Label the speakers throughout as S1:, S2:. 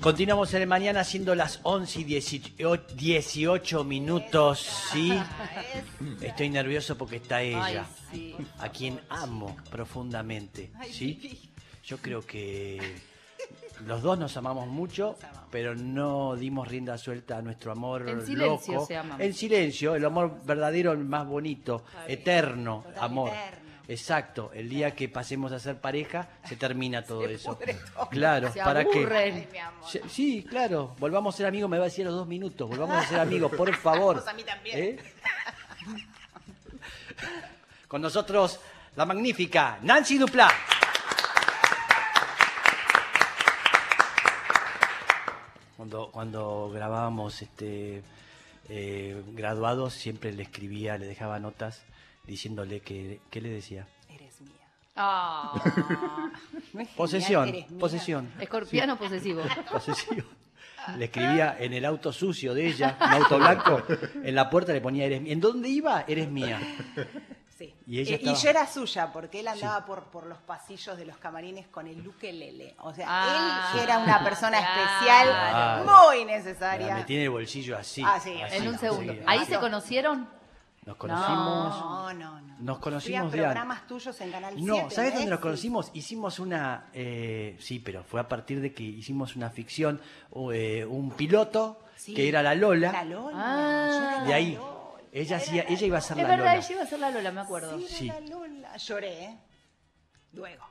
S1: Continuamos en el mañana siendo las 11 y 18, 18 minutos. Sí,
S2: Ah,
S1: estoy nervioso porque está ella,
S2: sí.
S1: a quien amo profundamente.
S2: Ay,
S1: Sí,
S2: Pipi.
S1: yo creo que los dos nos amamos mucho,
S2: Nos amamos.
S1: pero no dimos rienda suelta a nuestro amor
S3: En silencio
S1: loco.
S3: se aman.
S1: En silencio, el amor verdadero, el más bonito, eterno
S2: Total,
S1: amor.
S2: eterno.
S1: Exacto, el día que pasemos a ser pareja se termina todo
S2: Se
S1: eso.
S2: pudre todo.
S1: Claro,
S3: Se
S1: para que
S3: aburren.
S2: Ay, mi amor.
S1: Sí, Sí, claro. Volvamos a ser amigos, me va a decir a los dos minutos. Volvamos a ser amigos, por favor.
S2: Vamos a mí también.
S1: ¿Eh? Con nosotros, la magnífica Nancy Duplá. Cuando, cuando grabábamos este, eh, graduados, siempre le escribía, le dejaba notas diciéndole que, ¿qué le decía?
S2: Eres mía.
S3: Ah,
S1: Posesión,
S2: eres mía.
S1: posesión.
S3: escorpiano posesivo.
S1: posesivo. Le escribía en el auto sucio de ella, un auto blanco, en la puerta le ponía eres mía. ¿En dónde iba? Eres mía.
S2: Sí.
S1: Y ella
S2: Eh,
S1: estaba-
S2: yo era suya, porque él andaba por, por los pasillos de los camarines con el lele O sea,
S3: Ah,
S2: él era una persona
S3: claro.
S2: especial,
S1: Claro.
S2: muy
S1: La
S2: necesaria.
S1: metí en el bolsillo así.
S2: Ah, sí,
S1: así,
S2: sí,
S3: En un
S2: sí,
S3: segundo.
S1: así.
S3: ¿Ahí
S2: sí.
S3: se conocieron?
S1: Nos conocimos.
S2: No, no, no.
S1: Nos
S2: Fui
S1: conocimos
S2: a
S1: de antes.
S2: programas tuyos en Canal 7.
S1: No, ¿sabes dónde
S2: ¿eh?
S1: nos
S2: Sí.
S1: conocimos? Hicimos una. eh, sí, pero fue a partir de que hicimos una ficción, o, eh, un piloto,
S2: Sí.
S1: que era la Lola.
S2: La Lola.
S3: Ah.
S2: yo era la
S1: De ahí.
S2: Lola.
S1: Ella, hacía, ella iba a ser
S3: Es
S1: la
S3: verdad,
S1: Lola.
S3: ella iba a ser la Lola, me acuerdo.
S2: Sí,
S1: Sí.
S2: era la Lola. Lloré, ¿eh? Luego.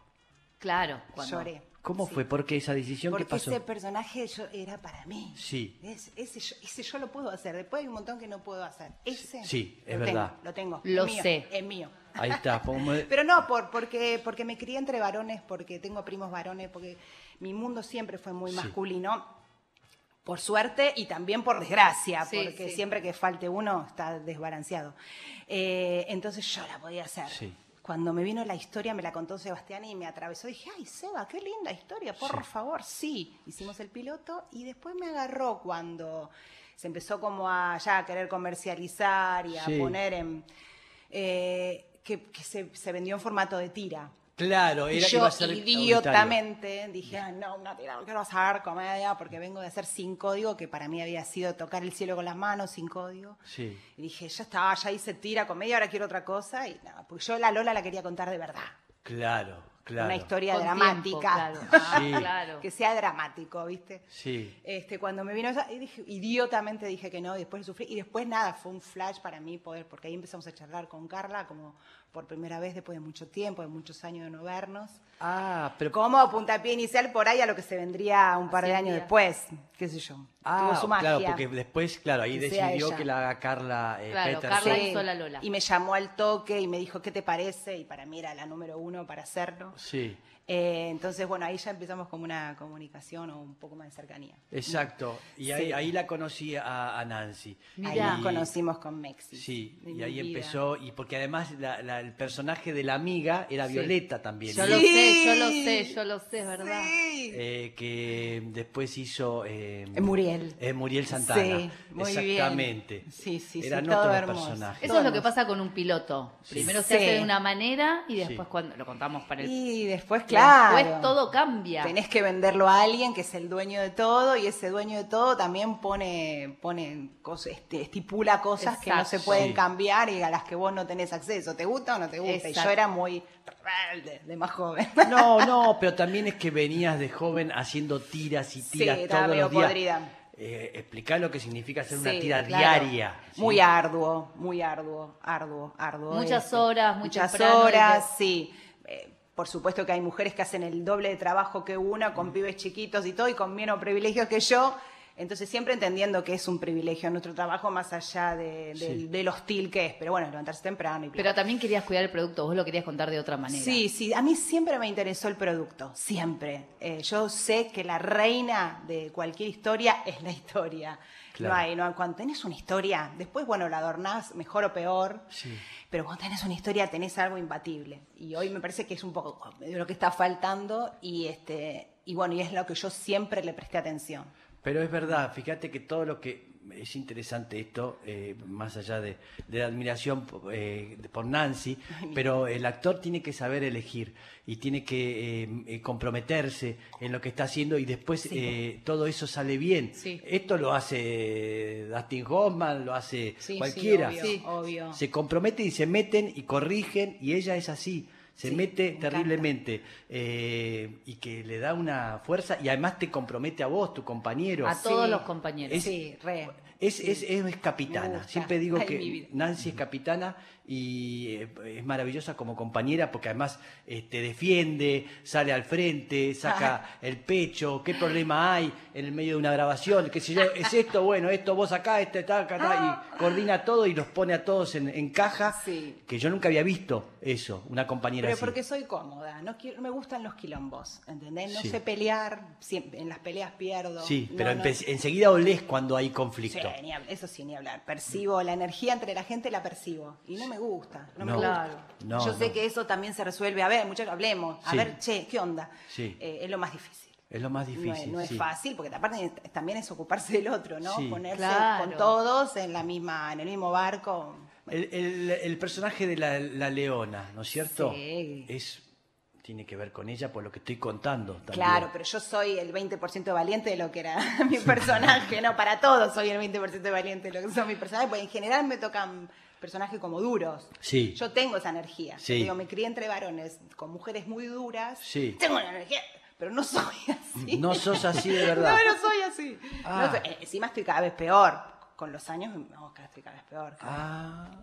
S3: Claro, cuando.
S2: Lloré.
S1: ¿Cómo
S2: Sí.
S1: fue? ¿Por qué esa decisión?
S2: Porque
S1: ¿Qué pasó?
S2: ese personaje yo- era para mí.
S1: Sí.
S2: Es- ese, yo, ese yo lo puedo hacer. Después hay un montón que no puedo hacer. Ese.
S1: Sí, es
S2: lo tengo,
S1: verdad.
S2: lo tengo.
S3: Lo
S2: Es mío,
S3: sé.
S2: Es mío.
S1: Ahí está. pongo-
S2: Pero no, por, porque, porque me crié entre varones, porque tengo primos varones, porque mi mundo siempre fue muy
S1: Sí.
S2: masculino. Por suerte y también por desgracia,
S3: Sí,
S2: porque
S3: sí.
S2: siempre que falte uno está desbalanceado. Eh, entonces yo la podía hacer.
S1: Sí.
S2: Cuando me vino la historia, me la contó Sebastián y me atravesó. Dije, ay, Seba, qué linda historia, por favor, sí. Hicimos el piloto y después me agarró cuando se empezó como a ya querer comercializar y a
S1: Sí.
S2: poner en... eh, que que se, se vendió en formato de tira.
S1: Claro,
S2: Y
S1: era,
S2: yo
S1: iba a ser autoritario.
S2: idiotamente dije, ah, no, una tira, no quiero saber comedia porque vengo de hacer sin código, que para mí había sido tocar el cielo con las manos sin código.
S1: Sí.
S2: Y dije, ya está, ya hice tira comedia, ahora quiero otra cosa. Y nada, porque yo la Lola la quería contar de verdad.
S1: Claro, claro.
S2: Una historia
S3: Con
S2: dramática.
S3: tiempo, claro. Ah,
S1: Sí.
S3: claro.
S2: Que sea dramático, ¿viste?
S1: Sí.
S2: Este, cuando me vino esa, y dije, idiotamente dije que no, y después sufrí, y después nada, fue un flash para mí poder, porque ahí empezamos a charlar con Carla como por primera vez después de mucho tiempo, de muchos años de no vernos,
S1: Ah, pero
S2: como puntapié inicial por ahí a lo que se vendría un par de
S3: Así
S2: años
S3: es.
S2: después, qué sé yo.
S1: ah,
S2: Tuvo su magia.
S1: claro, porque después, claro, ahí
S2: Que sea
S1: decidió
S2: ella.
S1: que la haga Carla eh,
S3: Claro,
S1: Peterson.
S3: Carla hizo la Lola.
S2: Y me llamó al toque y me dijo, ¿qué te parece? Y para mí era la número uno para hacerlo.
S1: Sí,
S2: Eh, entonces, bueno, ahí ya empezamos como una comunicación o un poco más de cercanía.
S1: exacto. Y ahí,
S2: Sí.
S1: ahí la conocí a, a Nancy.
S3: Mirá.
S2: Ahí
S1: Y-
S2: nos conocimos con Mexi.
S1: Sí,
S2: de
S1: y
S2: mi
S1: ahí
S2: vida.
S1: empezó, y porque además la- la- el personaje de la amiga era
S3: Sí.
S1: Violeta también.
S3: Yo
S1: ¿no?
S3: lo
S2: Sí.
S3: sé, yo lo sé, yo lo sé, es verdad.
S2: Sí.
S1: Eh, que después hizo eh,
S2: Muriel.
S1: eh, Muriel Santana.
S2: Sí, muy bien.
S1: Exactamente.
S2: Sí, sí, sí,
S1: Eran
S2: todo
S1: otros
S2: hermoso.
S1: personajes.
S3: Eso es lo que pasa con un piloto. Primero se
S2: Sí.
S3: hace de una manera y después
S1: Sí.
S3: cuando lo contamos para el
S2: Y después, claro.
S3: Después todo cambia.
S2: Tenés que venderlo a alguien que es el dueño de todo y ese dueño de todo también pone, pone cosas, este, estipula cosas que no se
S3: Exacto.
S2: pueden
S1: Sí.
S2: cambiar y a las que vos no tenés acceso. ¿Te gusta o no te gusta? Y yo
S3: Exacto.
S2: era muy rebelde, de más joven.
S1: No, no, pero también es que venías de joven haciendo tiras y
S2: Sí,
S1: tiras
S2: estaba
S1: todos
S2: medio
S1: los días.
S2: podrida.
S1: Eh, explicá lo que significa hacer una
S2: Sí,
S1: tira
S2: claro.
S1: diaria. ¿sí?
S2: Muy arduo, muy arduo, arduo, arduo.
S3: Muchas horas, muy
S2: muchas
S3: temprano,
S2: horas,
S3: desde-
S2: sí. Eh, por supuesto que hay mujeres que hacen el doble de trabajo que una, con pibes chiquitos y todo, y con menos privilegios que yo. Entonces, siempre entendiendo que es un privilegio nuestro trabajo, más allá de, de-
S1: Sí.
S2: del hostil que es. Pero bueno, levantarse temprano y bla,
S3: Pero también querías cuidar el producto, vos lo querías contar de otra manera.
S2: Sí, sí, a mí siempre me interesó el producto, siempre. Eh, yo sé que la reina de cualquier historia es la historia.
S1: Claro.
S2: No hay, no hay- cuando tenés una historia, después, bueno, la adornás mejor o peor,
S1: Sí.
S2: pero cuando tenés una historia tenés algo imbatible. Y hoy me parece que es un poco medio lo que está faltando y, este, y bueno, y es lo que yo siempre le presté atención.
S1: Pero es verdad, fíjate que todo lo que es interesante esto, eh, más allá de, de la admiración po- eh, por Nancy, pero el actor tiene que saber elegir y tiene que eh, eh, comprometerse en lo que está haciendo y después eh, todo eso sale bien.
S4: Sí.
S1: Esto lo hace Dustin Hoffman, lo hace
S4: Sí, sí,
S1: cualquiera.
S4: obvio,
S3: Sí.
S4: obvio.
S1: Se comprometen y se meten y corrigen y ella es así. Se
S2: Sí, me
S1: mete
S2: encanta.
S1: terriblemente eh, y que le da una fuerza y además te compromete a vos, tu compañero.
S3: A todos los compañeros.
S1: Es-
S2: sí, re.
S1: Es,
S2: Sí.
S1: es, es, es
S2: Me
S1: capitana.
S2: gusta.
S1: Siempre digo
S4: Ay, mi vida.
S1: que Nancy es capitana y eh, es maravillosa como compañera porque además eh, te defiende, sale al frente, saca el pecho, qué problema hay en el medio de una grabación, qué sé yo, es esto, bueno, esto, vos acá, este, acá, acá, acá, y coordina todo y los pone a todos en, en caja,
S2: Sí.
S1: que yo nunca había visto eso, una compañera
S2: Pero
S1: así.
S2: porque soy cómoda, no quiero, me gustan los quilombos, ¿entendés? No
S1: Sí.
S2: sé pelear, siempre, en las peleas pierdo.
S1: Sí,
S2: No,
S1: pero
S2: no.
S1: empe- enseguida olés cuando hay
S2: Sí,
S1: conflicto.
S2: ni hablar, eso sí, ni hablar. Percibo la energía entre la gente, la percibo. Y no me gusta. No, me
S1: No.
S2: gusta.
S3: Claro.
S1: No,
S2: Yo sé
S1: no.
S2: que eso también se resuelve. A ver, muchachos, hablemos. A
S1: Sí.
S2: ver, che, ¿qué onda?
S1: Sí.
S2: Eh, es lo más difícil.
S1: Es lo más
S2: No es-
S1: difícil.
S2: no es,
S1: sí.
S2: fácil, porque aparte es- también es ocuparse del otro, ¿no?
S1: Sí.
S2: Ponerse
S3: Claro.
S2: con todos en la misma, en el mismo barco.
S1: El, el- el personaje de la, la leona, ¿no es cierto?
S2: Sí.
S1: Es, tiene que ver con ella por lo que estoy contando. También.
S2: Claro, pero yo soy el 20% valiente de lo que era mi personaje, no, para todos soy el 20% valiente de lo que son mis personajes, porque en general me tocan personajes como duros.
S1: Sí.
S2: Yo tengo esa energía.
S1: Sí.
S2: Yo digo, me crié entre varones, con mujeres muy duras.
S1: Sí.
S2: Tengo una energía, pero no soy así.
S1: No sos así de verdad.
S2: No, no soy así.
S1: Ah.
S2: No soy- eh, encima estoy cada vez peor. Con los años, no, cada- estoy cada vez peor. cada-
S1: Ah,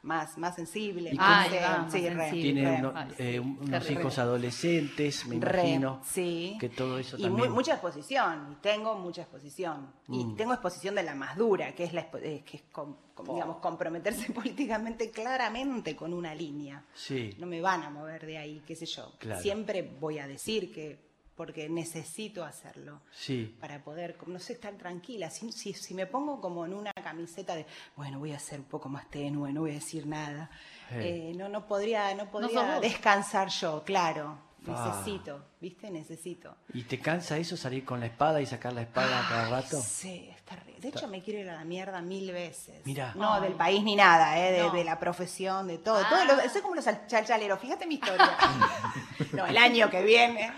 S2: Más, más sensible.
S1: Y
S2: más,
S3: con-
S2: eh,
S3: Ah, más
S2: sí, re,
S3: sensible.
S1: tiene
S2: re.
S1: uno-
S3: ay, sí.
S1: eh, un- unos
S3: Terrible.
S1: hijos adolescentes, me
S2: Re,
S1: imagino.
S2: sí.
S1: Que todo eso
S2: y mu-
S1: también. Mm.
S2: mucha exposición, y tengo mucha exposición. Y tengo exposición de la más dura, que es, la, expo- eh, que es com- com- digamos, comprometerse políticamente claramente con una línea.
S1: Sí.
S2: No me van a mover de ahí, qué sé yo.
S1: Claro.
S2: Siempre voy a decir que, porque necesito hacerlo.
S1: Sí.
S2: Para poder, como, no sé, estar tranquila. Si, si, si me pongo como en una camiseta de, bueno, voy a ser un poco más tenue, no voy a decir nada.
S1: Hey.
S2: eh, no, no podría, no podría
S3: sos vos.
S2: descansar yo, claro.
S1: Ah.
S2: Necesito, ¿viste? Necesito.
S1: ¿Y te cansa eso salir con la espada y sacar la espada cada rato?
S2: Sí, está re- De hecho, me quiero ir a la mierda mil veces.
S1: Mirá.
S2: No
S3: Ay.
S2: del país ni nada, ¿eh? de,
S3: No.
S2: de la profesión, de todo.
S3: Ah.
S2: todo lo- soy como los chal- chalchaleros. Fíjate mi historia. no, el año que viene.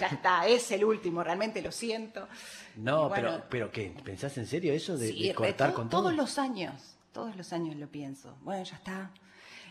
S2: Ya está, es el último, realmente lo siento.
S1: No,
S2: Y bueno,
S1: pero, pero ¿qué? ¿Pensás en serio eso de,
S2: Sí,
S1: de
S2: re-
S1: cortar
S2: todo-
S1: con todo?
S2: Todos los años, todos los años lo pienso. Bueno, ya está.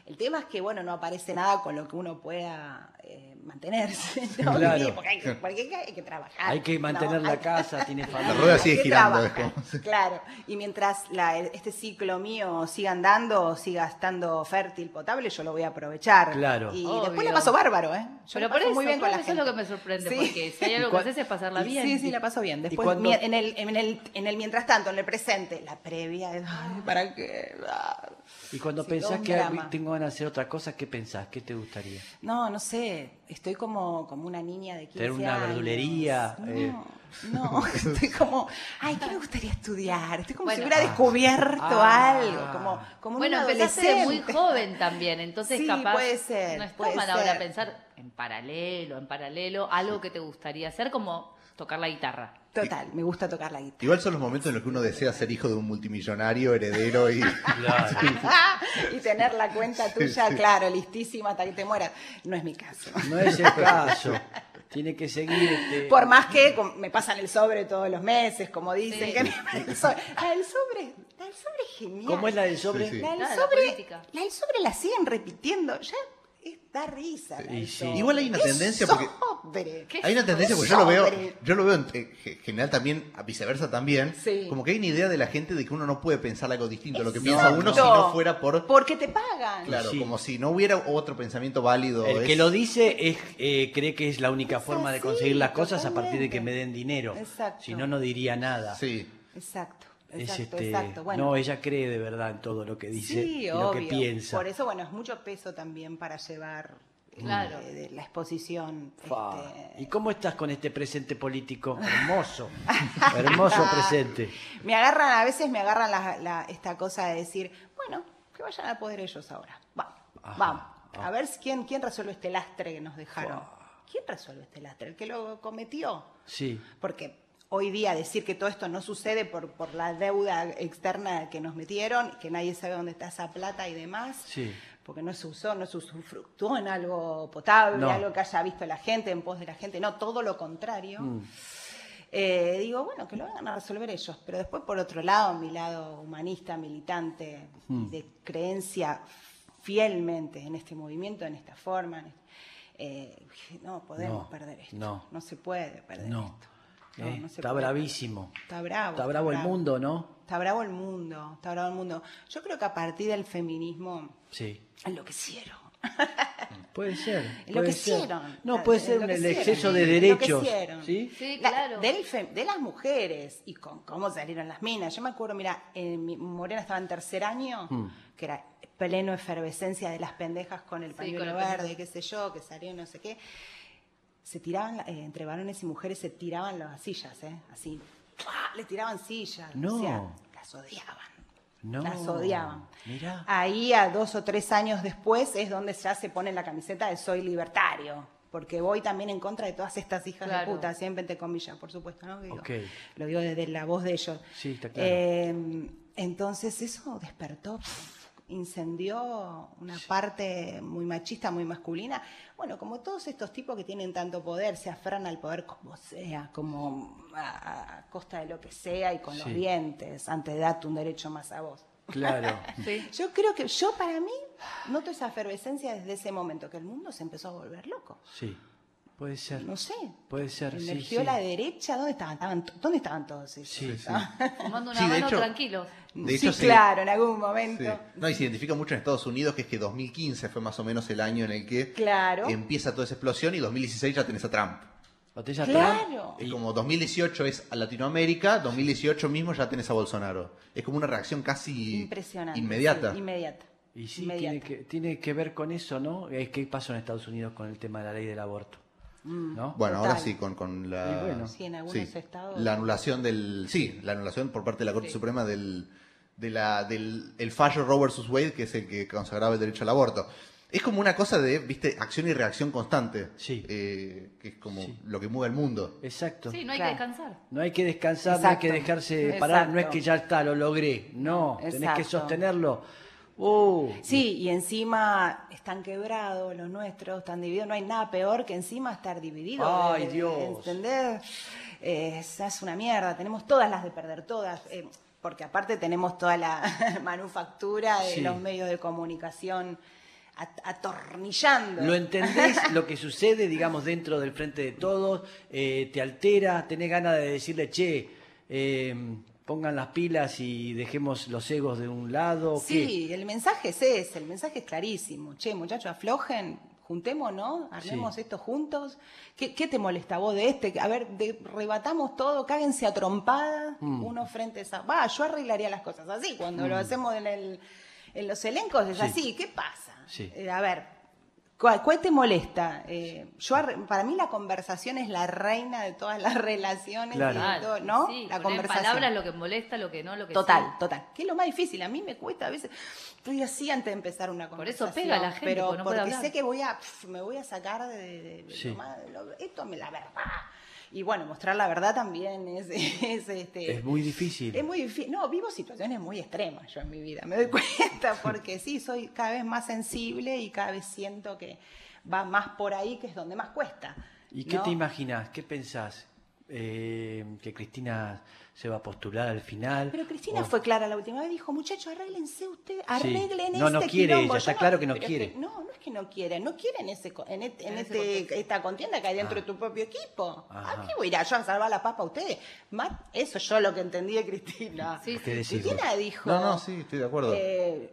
S2: El tema es que, bueno, no aparece nada con lo que uno pueda eh, mantenerse. ¿no?
S1: Claro.
S2: Sí, Porque, hay, que- porque hay que- hay que trabajar.
S1: Ah, Hay que mantener
S2: No,
S1: la
S2: hay-
S1: casa, tiene
S2: Claro,
S1: familia.
S5: La rueda
S2: hay
S5: sigue
S2: que
S5: girando
S2: trabajar, Claro. Y mientras la- este ciclo mío siga andando, siga estando fértil, potable, yo lo voy a aprovechar.
S1: Claro.
S2: Y
S3: Obvio.
S2: después la paso bárbaro, ¿eh? Yo la
S3: Pero por
S2: paso
S3: eso,
S2: muy bien con
S3: claro,
S2: la
S3: eso es lo
S2: gente.
S3: que me sorprende,
S2: Sí.
S3: porque si hay algo
S1: ¿Y
S3: que
S1: cua-
S3: haces es pasarla
S2: Y
S3: bien.
S2: Sí, sí, la paso bien. Después,
S1: cuando-
S2: mi- en, el, en, el, en el mientras tanto, en el presente, la previa, es, ay, ¿para qué? Ah.
S1: Y cuando
S2: Sí, todo
S1: pensás
S2: un
S1: que
S2: drama.
S1: tengo ganas de hacer otra cosa, ¿qué pensás? ¿Qué te gustaría?
S2: No, no sé, estoy como, como una niña de 15
S1: Tener una
S2: años.
S1: verdulería,
S2: No,
S1: eh.
S2: no, estoy como, ay, ¿qué me gustaría estudiar? Estoy como si
S3: Bueno.
S2: hubiera descubierto
S1: Ah.
S2: algo, como, como
S3: Bueno,
S2: una
S3: empezaste de muy
S2: adolescente.
S3: joven también, entonces
S2: Sí,
S3: capaz
S2: puede ser,
S3: no está
S2: puede
S3: mal ahora
S2: ser.
S3: pensar en paralelo, en paralelo, algo que te gustaría hacer como tocar la guitarra.
S2: Total, me gusta tocar la guitarra.
S5: Igual son los momentos en los que uno desea ser hijo de un multimillonario, heredero y...
S1: Claro.
S2: y tener la cuenta tuya, claro, listísima hasta que te mueras. No es mi caso.
S1: No es el caso. Tiene que seguir. este,
S2: Por más que com- me pasan el sobre todos los meses, como dicen,
S3: Sí.
S2: que me el sobre. La del sobre, la del sobre es genial.
S1: ¿Cómo es la del sobre?
S5: Sí, sí.
S2: La del
S3: Claro, la
S2: sobre,
S3: política.
S2: la del sobre la siguen repitiendo, ya es- da risa. la
S1: Y
S2: del
S1: sí.
S2: sobre.
S5: Igual hay una
S2: ¡Qué
S5: tendencia porque-
S2: sobre!
S3: ¿Qué?
S5: Hay una tendencia, porque yo lo veo,
S2: Sobre.
S5: yo lo veo en eh, ge- general también, a viceversa también,
S2: Sí.
S5: como que hay una idea de la gente de que uno no puede pensar algo distinto a lo que
S2: Exacto.
S5: piensa uno si no fuera por...
S2: Porque te pagan.
S5: Claro,
S1: Sí.
S5: como si no hubiera otro pensamiento válido.
S1: El
S5: es-
S1: que lo dice es, eh, cree que es la única
S2: Es
S1: forma de
S2: así,
S1: conseguir las cosas a partir de que
S2: totalmente.
S1: me den dinero.
S2: Exacto.
S1: Si no, no diría nada.
S5: Sí.
S2: Exacto,
S1: Es,
S2: exacto,
S1: este,
S2: exacto. Bueno,
S1: No, ella cree de verdad en todo lo que dice
S2: sí,
S1: y
S2: obvio.
S1: lo que piensa.
S2: Por eso, bueno, es mucho peso también para llevar eh,
S3: Claro.
S2: de la exposición.
S1: Fa.
S2: este,
S1: ¿Y cómo estás con este presente político? Hermoso. Hermoso presente.
S2: Me agarran, a veces me agarran la- la- esta cosa de decir, bueno, que vayan a poder ellos ahora. Vamos,
S1: Ajá,
S2: vamos.
S1: ah.
S2: A ver si- quién, quién resuelve este lastre que nos dejaron. ¿Quién resuelve este lastre? ¿El que lo cometió?
S1: Sí.
S2: Porque hoy día decir que todo esto no sucede por, por la deuda externa que nos metieron, que nadie sabe dónde está esa plata y demás.
S1: Sí.
S2: Porque no se usó, no se usufructuó en algo potable,
S1: No.
S2: algo que haya visto la gente, en pos de la gente. No, todo lo contrario.
S1: Mm.
S2: Eh, digo, bueno, que lo van a resolver ellos. Pero después, por otro lado, mi lado humanista, militante,
S1: Mm.
S2: y de creencia fielmente en este movimiento, en esta forma, en este- eh, dije, no podemos
S1: No,
S2: perder esto.
S1: no.
S2: No. se puede perder
S1: No.
S2: esto. No,
S1: Eh,
S2: no se
S1: está
S2: puede.
S1: bravísimo.
S2: Está bravo.
S1: Está bravo el mundo, ¿no?
S2: Está bravo el mundo, está bravo el mundo. Yo creo que a partir del feminismo
S1: Sí.
S2: enloquecieron.
S1: Puede ser.
S2: Enloquecieron.
S1: puede ser. No,
S2: Claro,
S1: puede ser un- el
S2: enloquecieron.
S1: exceso de derechos.
S2: Enloquecieron.
S1: ¿sí?
S3: Sí,
S2: La-
S3: claro.
S2: del fem- de las mujeres y con cómo salieron las minas. Yo me acuerdo, mira, en mi- Morena estaba en tercer año,
S1: Mm.
S2: que era pleno efervescencia de las pendejas con el
S3: Sí,
S2: pañuelo
S3: con el pañuelo.
S2: verde, qué sé yo, que salió no sé qué. Se tiraban, la- eh, entre varones y mujeres se tiraban las sillas, ¿eh? Así, ¡pua! le tiraban sillas.
S1: No.
S2: O sea, las odiaban.
S1: No.
S2: Las odiaban.
S1: Mirá.
S2: Ahí, a dos o tres años después, es donde ya se pone la camiseta de soy libertario. Porque voy también en contra de todas estas hijas
S3: Claro.
S2: de puta, siempre entre comillas, por supuesto, ¿no? Digo,
S1: Ok.
S2: Lo digo desde la voz de ellos.
S1: Sí, está claro.
S2: Eh, entonces, eso despertó, incendió una parte muy machista, muy masculina. Bueno, como todos estos tipos que tienen tanto poder, se aferran al poder como sea, como a, a costa de lo que sea y con
S1: Sí.
S2: los dientes, antes de darte un derecho más a vos.
S1: Claro.
S3: Sí.
S2: Yo creo que yo para mí noto esa efervescencia desde ese momento, que el mundo se empezó a volver loco.
S1: Sí. Puede ser.
S2: No sé.
S1: Puede ser. sí,
S2: Emergió
S1: sí.
S2: la derecha, ¿dónde estaban? Estaban to- ¿Dónde estaban todos ellos? Ah,
S1: Sí, sí.
S3: Fumando una
S5: Sí, de
S3: mano
S5: hecho-
S3: tranquilos.
S5: De hecho,
S2: sí,
S5: se-
S2: claro, en algún
S5: Sí.
S2: momento.
S5: No, y se identifica mucho en Estados Unidos, que es que 2015 fue más o menos el año en el que
S2: Claro.
S5: empieza toda esa explosión y 2016 ya tenés a Trump.
S1: ¿Lo tenés atrás?
S2: Claro.
S5: Es como 2018 es a Latinoamérica, 2018 mismo ya tenés a Bolsonaro. Es como una reacción casi
S2: Impresionante.
S5: inmediata.
S2: sí, inmediata.
S1: Y sí,
S2: Inmediata.
S1: tiene que, tiene que ver con eso, ¿no? Es que pasó en Estados Unidos con el tema de la ley del aborto.
S2: Mm.
S1: ¿No?
S5: Bueno,
S2: Total.
S5: ahora sí, con, con la.
S1: Y bueno.
S2: Sí, en algunos estados.
S5: La anulación del. Sí, la anulación por parte de la Corte Suprema del. De la, del el fallo Roe vs. Wade, que es el que consagraba el derecho al aborto. Es como una cosa de, viste, acción y reacción constante.
S1: Sí.
S5: Eh, que es como
S1: Sí.
S5: lo que mueve el mundo.
S1: Exacto.
S3: Sí, no hay
S2: Claro.
S3: que descansar.
S1: No hay que descansar, no hay que
S2: Exacto.
S1: dejarse parar, no es
S2: Exacto.
S1: que ya está, lo logré. No, tenés que
S2: Exacto.
S1: sostenerlo. Uh,
S2: Sí, y encima están quebrados los nuestros, están divididos. No hay nada peor que encima estar dividido.
S1: Ay,
S2: eh,
S1: Dios.
S2: ¿Entendés? Eh, esa es una mierda. Tenemos todas las de perder, todas. eh, porque aparte tenemos toda la manufactura de
S1: Sí.
S2: los medios de comunicación at- atornillando.
S1: ¿Lo entendés lo que sucede, digamos, dentro del frente de todos? Eh, ¿Te altera? ¿Tenés ganas de decirle, che, eh, pongan las pilas y dejemos los egos de un lado?
S2: Sí, el mensaje es ese, el mensaje es clarísimo. Che, muchachos, aflojen, juntémonos, armemos
S1: Sí.
S2: esto juntos. ¿Qué, qué te molesta vos de este? A ver, de- rebatamos todo, cáguense a trompadas,
S1: Mm.
S2: uno frente a esa. Va, yo arreglaría las cosas así, cuando lo hacemos en, el- en los elencos es
S1: Sí.
S2: así, ¿qué pasa?
S1: Sí.
S2: Eh, a ver, ¿cuál, cuál te molesta? Eh, yo arre- para mí la conversación es la reina de todas las relaciones, y de
S1: Claro.
S2: todo,
S3: Claro,
S2: ¿no?
S3: sí,
S2: la
S3: poner
S2: conversación.
S3: palabras lo que molesta, lo que no, lo que
S2: Total,
S3: sí.
S2: total. Que es lo más difícil. A mí me cuesta a veces. Estoy así antes de empezar una
S3: Por eso
S2: conversación.
S3: pega a la gente,
S2: Pero
S3: porque no puede
S2: porque
S3: hablar.
S2: sé que voy a, pf, me voy a sacar de, de- de
S1: Sí.
S2: lo más- lo- esto me la verdad. Y bueno, mostrar la verdad también es, es, este.
S1: Es muy difícil.
S2: es muy difícil. No, vivo situaciones muy extremas yo en mi vida, me doy cuenta, porque sí, soy cada vez más sensible y cada vez siento que va más por ahí, que es donde más cuesta.
S1: ¿Y qué
S2: ¿no?
S1: te imaginas? ¿Qué pensás? Eh, ¿Que Cristina se va a postular al final?
S2: Pero Cristina
S1: ¿O-
S2: fue clara la última vez, dijo, muchachos, arréglense ustedes, arreglen
S1: No, no
S2: este
S1: quiere
S2: quilombo".
S1: ella, está
S2: Yo
S1: claro que no
S2: pero es
S1: quiere.
S2: no, no es que no quiere, no quiere en, ese, co- en, et- en
S3: En ese
S2: este-
S3: contexto.
S2: esta contienda que hay dentro de tu propio equipo.
S1: Ah. Ajá.
S2: ¿A qué voy a ir a yo a salvar la papa a ustedes? Más, eso yo lo que entendí de Cristina.
S3: Sí,
S1: ¿Qué
S3: sí.
S1: decís? vos?
S2: Cristina dijo...
S5: No, no, sí, estoy de acuerdo.
S2: eh,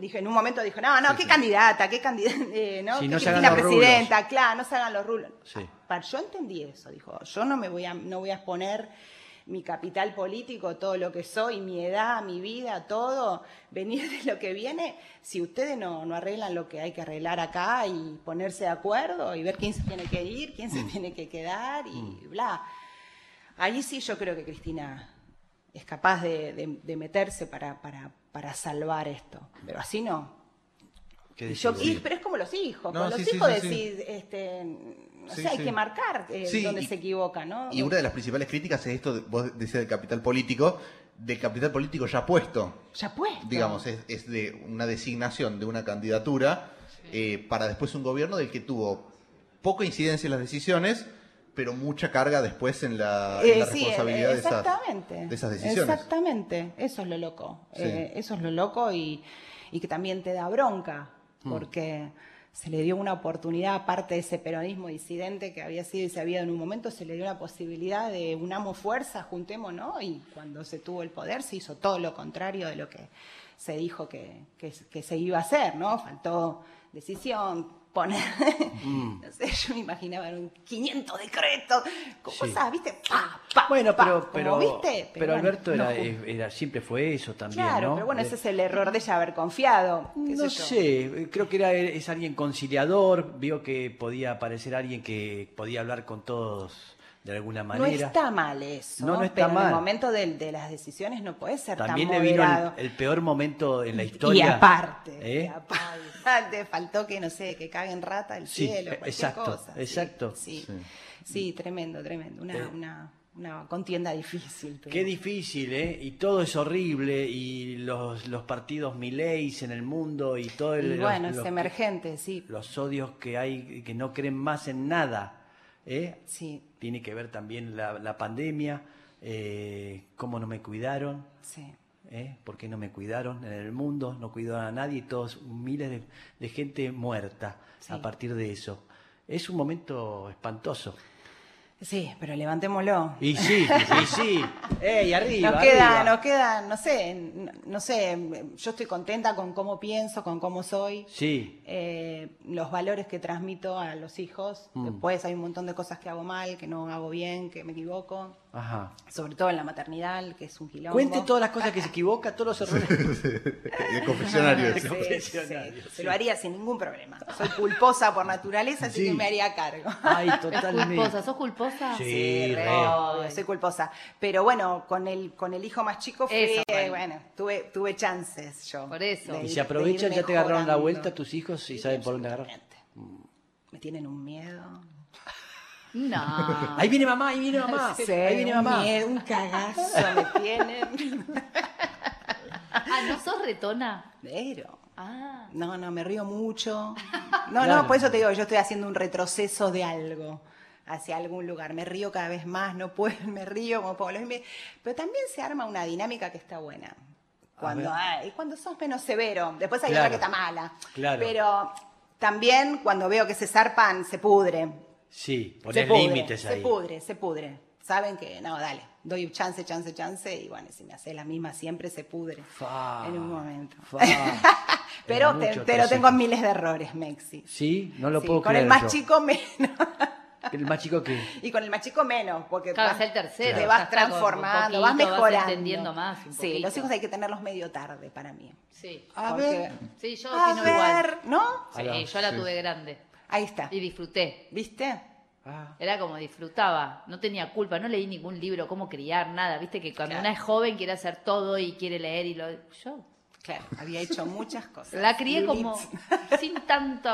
S2: dijo, en un momento dijo, no, no,
S5: Sí,
S2: qué
S5: sí.
S2: candidata, qué candidata, eh, ¿no?
S1: Sí,
S2: Que
S1: no se hagan
S2: Cristina
S1: los rulos.
S2: presidenta, claro, no se hagan los rulos.
S1: Sí.
S2: Pa- Yo entendí eso, dijo, yo no me voy a, no voy a exponer mi capital político, todo lo que soy, mi edad, mi vida, todo, venir de lo que viene, si ustedes no, no arreglan lo que hay que arreglar acá y ponerse de acuerdo y ver quién se tiene que ir, quién se tiene que quedar y bla. Ahí sí yo creo que Cristina es capaz de, de- de meterse para, para, para salvar esto, pero así no.
S1: ¿Qué
S2: Y
S1: decís
S2: yo-
S1: vos?
S2: y- pero es como los hijos,
S5: No,
S2: con los
S5: sí, sí,
S2: hijos
S5: sí, sí.
S2: decís, este, o
S5: Sí,
S2: sea, hay
S5: sí.
S2: que marcar eh,
S5: Sí,
S2: dónde
S5: y-
S2: se equivoca, ¿no?
S5: Y una de las principales críticas es esto, de- vos decías del capital político, del capital político ya puesto.
S2: Ya puesto.
S5: digamos, es, es de una designación de una candidatura eh, para después un gobierno del que tuvo poca incidencia en las decisiones, pero mucha carga después en la, en
S2: Eh,
S5: la
S2: sí,
S5: responsabilidad
S2: eh,
S5: de, esas,
S2: exactamente.
S5: de esas decisiones.
S2: Exactamente, eso es lo loco.
S5: Sí.
S2: Eh, eso es lo loco y, y que también te da bronca,
S5: Mm.
S2: porque se le dio una oportunidad, aparte de ese peronismo disidente que había sido y se había en un momento, se le dio la posibilidad de unamos fuerzas, juntémonos, y cuando se tuvo el poder se hizo todo lo contrario de lo que se dijo que, que- que se iba a hacer, ¿no? Faltó decisión, poner,
S1: Mm.
S2: no sé, yo me imaginaba un 500 decretos, con
S1: Sí.
S2: cosas, ¿viste? Pa, pa,
S1: Bueno,
S2: pa,
S1: pero,
S2: como
S1: pero,
S2: viste,
S1: pero
S2: bueno,
S1: Alberto era,
S2: no ju-
S1: eh, era- siempre fue eso también,
S2: Claro,
S1: ¿no? Eh,
S2: pero bueno,
S1: De-
S2: ese es el error de ella haber confiado. qué
S1: No
S2: yo.
S1: sé, eh, creo que era es alguien conciliador, vio que podía aparecer alguien que podía hablar con todos de alguna
S2: No
S1: manera.
S2: está mal eso.
S1: No, no está
S2: pero En
S1: mal.
S2: el momento del- de, las decisiones no puede ser
S1: También
S2: tan
S1: le vino
S2: moderado.
S1: el, el peor momento en la historia.
S2: Y aparte,
S1: ¿eh?
S2: y aparte, faltó que, no sé, que caguen rata el
S1: Sí,
S2: cielo,
S1: eh,
S2: cualquier
S1: exacto,
S2: cosa. sí,
S1: exacto.
S2: Sí,
S5: Sí.
S2: Sí, tremendo, tremendo. Una,
S1: Eh.
S2: una, una contienda difícil. pero-
S1: Qué difícil, ¿eh? Y todo es horrible, y los, los partidos mileis en el mundo, y todo el...
S2: Y bueno,
S1: los,
S2: es
S1: los-
S2: emergente, sí.
S1: los odios que hay, que no creen más en nada, ¿eh?
S2: Sí,
S1: Tiene que ver también la, la pandemia, eh, cómo no me cuidaron,
S2: sí.
S1: ¿eh? ¿Por qué no me cuidaron en el mundo? No cuidaron a nadie, y todos miles de, de gente muerta
S2: Sí.
S1: a partir de eso. Es un momento espantoso.
S2: Sí, pero levantémoslo.
S1: Y sí, y sí. ¡Ey, arriba!
S2: Nos queda,
S1: arriba.
S2: nos queda, no sé, n- no sé, yo estoy contenta con cómo pienso, con cómo soy,
S1: Sí,
S2: eh, los valores que transmito a los hijos.
S1: Mm.
S2: Después hay un montón de cosas que hago mal, que no hago bien, que me equivoco,
S1: ajá.
S2: sobre todo en la maternidad, que es un quilombo.
S1: Cuente todas las cosas que se equivoca, todos los errores.
S5: El confesionario.
S2: Sí,
S5: ese.
S2: sí,
S1: Impresionario,
S2: Se lo haría sin ningún problema. Soy culposa por naturaleza, así
S1: Sí.
S2: que me haría cargo.
S1: Ay,
S3: ¿Es culposa?
S1: totalmente.
S3: ¿Sos culposa?
S1: Sí.
S2: re,
S1: re.
S2: obvio, soy culposa. Pero bueno, con el, con el hijo más chico fui,
S3: Eso,
S2: eh,
S3: bueno.
S2: bueno, tuve, tuve chances yo.
S3: Por eso.
S2: de
S1: Y
S2: ir-
S1: se
S2: de
S1: aprovechan,
S2: ir
S1: ya te agarraron la
S2: mejorando.
S1: vuelta tus hijos y saben por dónde agarrar.
S2: Exactamente. Me tienen un miedo.
S3: No. Ah,
S1: Ahí viene mamá, ahí viene mamá,
S2: Sí,
S1: Ah, ahí viene
S2: un
S1: mamá.
S2: miedo, un cagazo me tienen.
S3: Ah, ¿no sos retona?
S2: Pero.
S3: Ah.
S2: No, no, me río mucho. No,
S1: Claro.
S2: no, por eso te digo, yo estoy haciendo un retroceso de algo hacia algún lugar. Me río cada vez más, no puedo, me río como puedo. Los- me- Pero también se arma una dinámica que está buena. Cuando,
S1: ver.
S2: ay, cuando sos menos severo, después hay
S1: Claro.
S2: otra que está mala.
S1: Claro.
S2: Pero también cuando veo que se zarpan, se pudre.
S1: Sí,
S2: Se
S1: poner
S2: pudre,
S1: límites ahí.
S2: Se pudre, se pudre. Saben que, no, dale, doy chance, chance, chance, y bueno, si me hace la misma siempre se pudre.
S1: Fa,
S2: en un momento.
S1: fa.
S2: Pero
S1: Mucho
S2: te- pero
S1: tres
S2: tengo
S1: hijos.
S2: miles de errores, Mexi.
S1: Sí, no lo
S2: Sí,
S1: puedo
S2: con
S1: creer.
S2: el más
S1: yo.
S2: chico menos.
S1: El más chico que.
S2: Y con el más chico menos, porque
S3: Claro,
S2: vas-
S3: es el tercero,
S2: te
S3: ya
S2: vas
S3: está, con un
S2: transformando,
S3: poquito,
S2: vas
S3: vas
S2: mejorando.
S3: entendiendo más un
S2: sí,
S3: poquito.
S2: los hijos hay que tenerlos medio tarde para mí.
S3: Sí.
S5: Ah,
S1: A
S2: Porque-
S1: ver.
S3: Sí, yo
S2: A
S3: opino igual.
S2: ver, ¿no?
S1: A la-
S3: Sí, yo la
S5: sí.
S3: tuve grande.
S2: Ahí está.
S3: Y disfruté.
S2: ¿Viste?
S1: Ah,
S3: Era como disfrutaba, no tenía culpa, no leí ningún libro, cómo criar, nada. Viste que cuando
S2: Claro.
S3: una es joven quiere hacer todo y quiere leer y lo. Yo
S2: Claro, había hecho muchas cosas.
S3: la crié como
S2: Lulitz.
S3: sin tanto.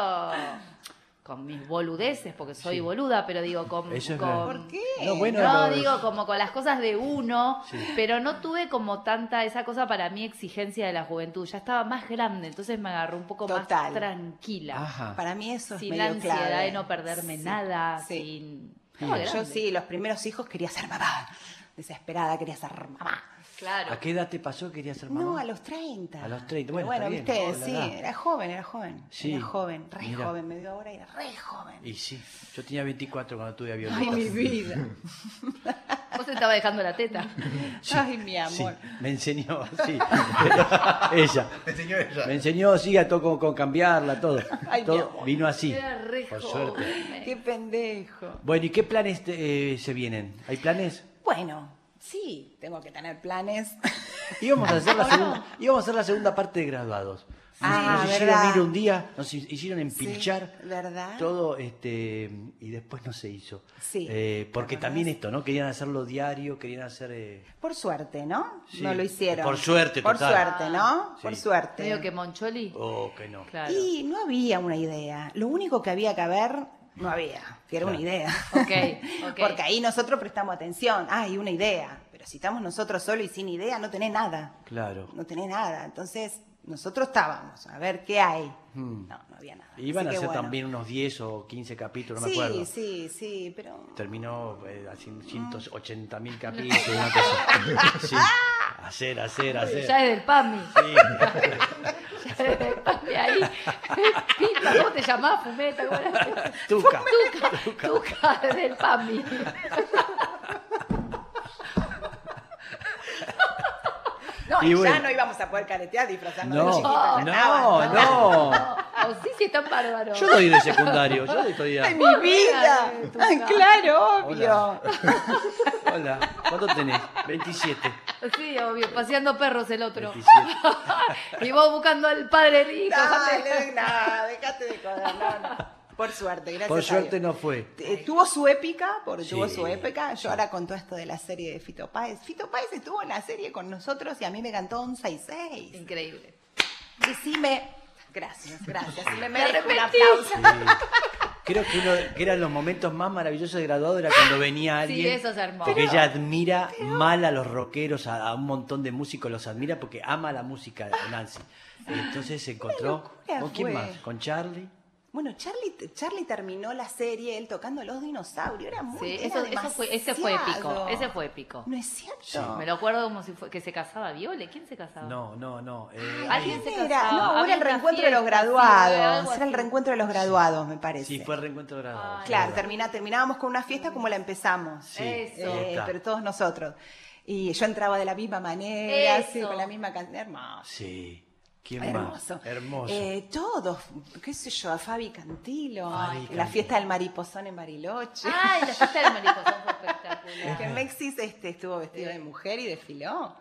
S3: con mis boludeces, porque soy boluda, pero digo, con.
S1: Eso es
S3: con-
S1: verdad.
S2: ¿Por qué?
S1: No, bueno,
S3: no,
S1: lo-
S3: digo como con las cosas de uno, pero no tuve como tanta esa cosa para mi exigencia de la juventud. Ya estaba más grande, entonces me agarró un poco
S2: Total.
S3: más tranquila.
S1: Ajá.
S2: Para mí eso es
S3: sin la
S2: medio
S3: ansiedad
S2: clave.
S3: de no perderme
S2: Sí,
S3: nada,
S2: sí.
S3: sin...
S1: Yo
S3: Estaba
S2: Yo
S3: grande.
S2: sí, los primeros hijos quería ser mamá. Desesperada quería ser mamá.
S3: Claro.
S1: ¿A qué edad te pasó que querías ser mamá?
S2: No, a los 30.
S1: A los 30,
S2: Pero
S1: bueno, está
S2: viste,
S1: bien,
S2: sí,
S1: joven, la edad.
S2: era joven, era joven.
S1: Sí,
S2: Era joven, re
S1: mira.
S2: joven, me dio ahora y era re joven.
S1: Y sí, yo tenía 24 cuando tuve a Violeta.
S2: Ay, mi vida.
S3: Vos te estaba dejando la teta.
S2: Ay, mi
S1: Sí,
S2: amor.
S1: me enseñó, sí. Ella.
S5: El señor ella.
S1: Me enseñó, sí, a todo, cómo cómo cambiarla, todo.
S2: Ay, mi
S1: Todo
S2: amor.
S1: vino así.
S3: Era re
S1: Por
S3: joven.
S1: suerte.
S2: Qué pendejo.
S1: Bueno, ¿y qué planes te- eh, se vienen? ¿Hay planes?
S2: Bueno, sí, tengo que tener planes.
S1: Íbamos a hacer la segunda, íbamos a hacer la segunda parte de graduados. Nos,
S2: Ah,
S1: nos hicieron
S2: verdad.
S1: ir un día, nos hi- hicieron empilchar
S2: Sí, ¿verdad?
S1: todo este y después no se hizo.
S2: Ah. Sí.
S1: Eh, porque
S2: ¿Te acordás?
S1: también esto, ¿no? Querían hacerlo diario, querían hacer eh,
S2: Por suerte, ¿no?
S1: Sí.
S2: No lo hicieron.
S1: Por suerte,
S2: Por
S1: total.
S2: suerte, ¿no?
S1: Sí.
S2: Por suerte.
S3: Medio que Moncholi.
S1: oh, que no.
S3: Claro.
S2: Y no había una idea. Lo único que había que haber No había, que era una idea.
S3: Ok, ok.
S2: Porque ahí nosotros prestamos atención. Ah, y una idea. Pero si estamos nosotros solos y sin idea, no tenés nada.
S1: Claro.
S2: No tenés nada. Entonces, nosotros estábamos a ver qué hay. No, no había nada.
S1: Hmm. Iban a
S2: Así que
S1: hacer
S2: bueno.
S1: también unos 10 o 15 capítulos, no me acuerdo.
S2: Sí, Ah. sí, sí, pero.
S1: Terminó eh, haciendo 180 mil capítulos. una cosa. Sí. Hacer, hacer, hacer.
S3: Ya es del PAMI.
S1: Sí.
S3: Ya es del PAMI ahí. Pita, ¿cómo te llamás? Fumeta, ¿cómo era?
S1: Tuca.
S3: Tuca, Tuca desde el PAMI.
S2: No,
S1: Y
S2: y
S1: bueno.
S2: ya no íbamos a poder caretear disfrazando
S1: No,
S2: de chiquita.
S1: no,
S2: ya estaba,
S1: no.
S3: O sí, sí, tan bárbaro.
S1: Yo doy de secundario, yo estoy
S2: ¡Ay,
S1: a...
S2: mi vida!
S3: Ay, tu
S2: Ay,
S3: cara.
S2: claro, obvio.
S1: Hola. Hola, ¿cuánto tenés? 27.
S3: Sí, obvio, paseando perros el otro.
S1: 27.
S3: Y vos buscando al padre del hijo.
S2: Dale, no, dejate de joder, no, no. Por suerte, gracias.
S1: Por
S2: a
S1: suerte
S2: Dios.
S1: no fue.
S2: Eh, Tuvo su épica, porque
S1: Sí,
S2: tuvo su épica. Yo ahora con todo esto de la serie de Fito Páez. Fito Páez estuvo en la serie con nosotros y a mí me cantó 11 y 6.
S3: Increíble.
S2: Decime. Gracias, gracias. Si me
S3: Me
S2: merezco un
S3: arrepentí.
S2: aplauso.
S1: Sí. Eh, Creo que uno que eran los momentos más maravillosos de graduado era cuando venía
S3: Sí,
S1: alguien.
S3: eso es hermoso.
S1: Porque
S3: Pero-
S1: ella admira mal a los rockeros, a, a un montón de músicos los admira porque ama la música de Nancy. Entonces se encontró.
S2: locura
S1: ¿Con quién
S2: fue.
S1: más? ¿Con Charlie?
S2: Bueno, Charlie, Charlie terminó la serie él tocando los dinosaurios. Era muy.
S3: Sí,
S2: era
S3: eso, eso fue, ese fue épico.
S2: demasiado.
S3: Ese fue épico.
S2: No es cierto.
S3: Me lo acuerdo como si fue que se casaba Viole. ¿Quién se casaba?
S1: No, no, no. eh,
S3: Alguien
S2: ¿Quién
S3: se
S2: era?
S3: casaba,
S2: No,
S3: había
S2: era el
S3: una
S2: reencuentro de los
S3: fiesta, sí, algo
S2: graduados. Era el
S3: así.
S2: reencuentro de los graduados, me parece.
S1: Sí, fue el reencuentro de graduado.
S3: Ay.
S2: Claro,
S1: terminó.
S2: termina, terminábamos con una fiesta como la empezamos.
S1: Sí,
S3: Eso.
S1: ahí
S2: Eh,
S1: está.
S2: pero todos nosotros. Y yo entraba de la misma manera,
S3: Eso.
S2: sí, con la misma canción. Hermoso.
S1: Sí. ¿Quién
S2: Hermoso.
S1: más? Hermoso.
S2: Eh, todos, qué sé yo, a Fabi Cantilo,
S1: Fabi
S2: la
S1: Cantilo. Ah,
S2: fiesta del mariposón en Bariloche.
S3: Ay, la fiesta del mariposón fue
S2: Que
S3: espectacular.
S2: Mexis este, estuvo vestido
S1: Eh.
S2: de mujer y desfiló.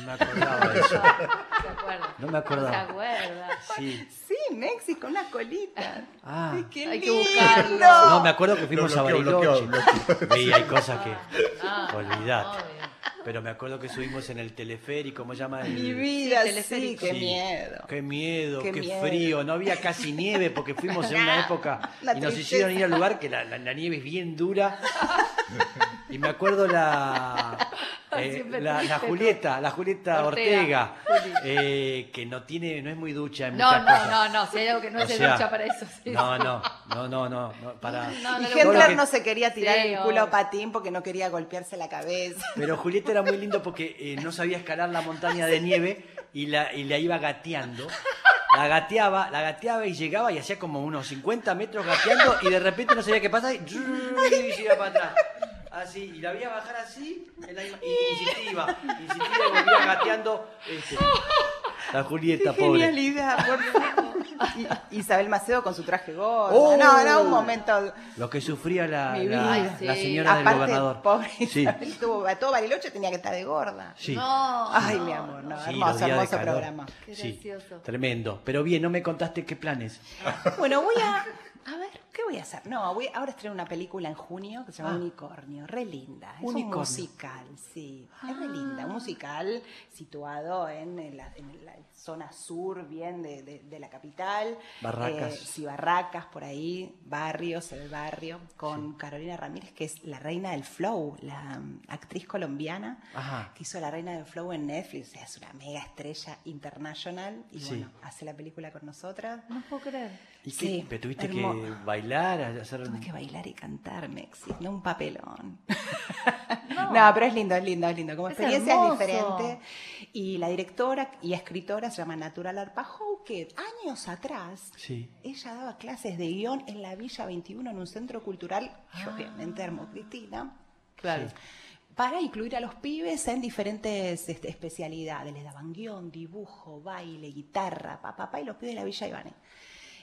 S1: No me acordaba de eso.
S3: ¿Se acuerda?
S1: No me acordaba.
S3: ¿Se acuerda?
S1: Sí.
S2: Sí, Mexis con una colita.
S1: Ah.
S2: Ay, qué
S3: Hay que
S2: lindo.
S3: buscarlo.
S1: No, me acuerdo que fuimos
S5: bloqueó,
S1: a Bariloche.
S5: bloqueó,
S1: Sí, hay cosas que.
S3: Ah,
S1: Olvidate.
S3: obvio.
S1: Pero me acuerdo que subimos en el teleférico, ¿cómo se llama? El-
S2: Mi vida,
S3: Sí,
S2: sí,
S3: teleférico.
S2: qué
S1: Sí.
S2: miedo.
S1: Qué miedo, qué,
S2: Qué miedo.
S1: frío. No había casi nieve porque fuimos en una época
S2: La
S1: y nos
S2: tristeza.
S1: hicieron ir al lugar que la, la- la nieve es bien dura. Y me acuerdo la, eh,
S3: Siempre
S1: la, la
S3: triste
S1: Julieta, la Julieta Ortega,
S3: Ortega.
S1: eh, que no tiene, no es muy ducha en
S3: No,
S1: muchas
S3: no,
S1: cosas.
S3: no, no. Si hay algo que no
S1: O
S3: se
S1: sea,
S3: lucha para eso. sí.
S1: No, no, no, no, no, no, para.
S3: No,
S2: Y
S3: no le
S1: Todo lo
S2: Hendler
S1: que-
S2: no se quería tirar
S3: Sí,
S2: el culo
S3: obvio.
S2: a patín porque no quería golpearse la cabeza.
S1: Pero Julieta era muy lindo porque eh, no sabía escalar la montaña de nieve y la, y la iba gateando. La gateaba, la gateaba y llegaba y hacía como unos 50 metros gateando y de repente no sabía qué pasaba y, y se iba para atrás. Así, y la veía bajar así, en la misma- y insistía, insistía y volvía gateando. este. La Julieta, pobre.
S2: Genialidad, por favor. Y- Isabel Macedo con su traje gordo.
S1: Oh.
S2: No, era un momento.
S1: Lo que sufría la,
S2: Mi
S1: la-
S2: vida.
S1: la
S3: Sí.
S1: señora del
S2: Aparte,
S1: gobernador.
S2: pobre
S1: Sí,
S2: Isabel tuvo- a todo Bariloche tenía que estar de gorda.
S1: sí.
S3: No,
S2: Ay,
S3: no,
S2: mi amor, no,
S1: Sí, los
S2: hermoso,
S1: días de
S2: hermoso
S1: calor.
S2: programa.
S3: Qué
S1: Sí,
S3: gracioso.
S1: tremendo. Pero bien, no me contaste qué planes.
S2: Bueno, voy a. A ver, ¿qué voy a hacer? No, voy, ahora estreno una película en junio que se llama
S1: Ah.
S2: Unicornio, re linda. Es
S1: Unicornio. Ah.
S2: un musical, sí. Es re linda. Un musical situado en, la, en la zona sur, bien de, de- de la capital.
S1: Barracas.
S2: Eh, sí, Barracas, por ahí, barrios, el barrio, con Carolina Ramírez, que es la reina del flow, la mm, actriz colombiana
S1: Ajá.
S2: que hizo la reina del flow en Netflix. O sea, es una mega estrella internacional y
S1: Sí.
S2: bueno, hace la película con nosotras.
S3: No puedo creer.
S1: ¿Y qué?
S2: Sí,
S1: ¿Pero tuviste que
S2: hermo-
S1: bailar, hacer
S2: Tuve que bailar y cantar, Mexi, no un papelón.
S3: No.
S2: No, pero es lindo, es lindo, es lindo. Como
S3: Es
S2: experiencia es,
S3: hermoso.
S2: diferente. Y la directora y escritora se llama Natural Arpajo, que años atrás
S1: Sí.
S2: ella daba clases de guión en la Villa 21 en un centro cultural, y obviamente Hermo Cristina.
S3: Claro.
S2: para incluir a los pibes en diferentes este, especialidades. Les daban guión, dibujo, baile, guitarra, papá, papá, y los pibes de la villa iban. ahí.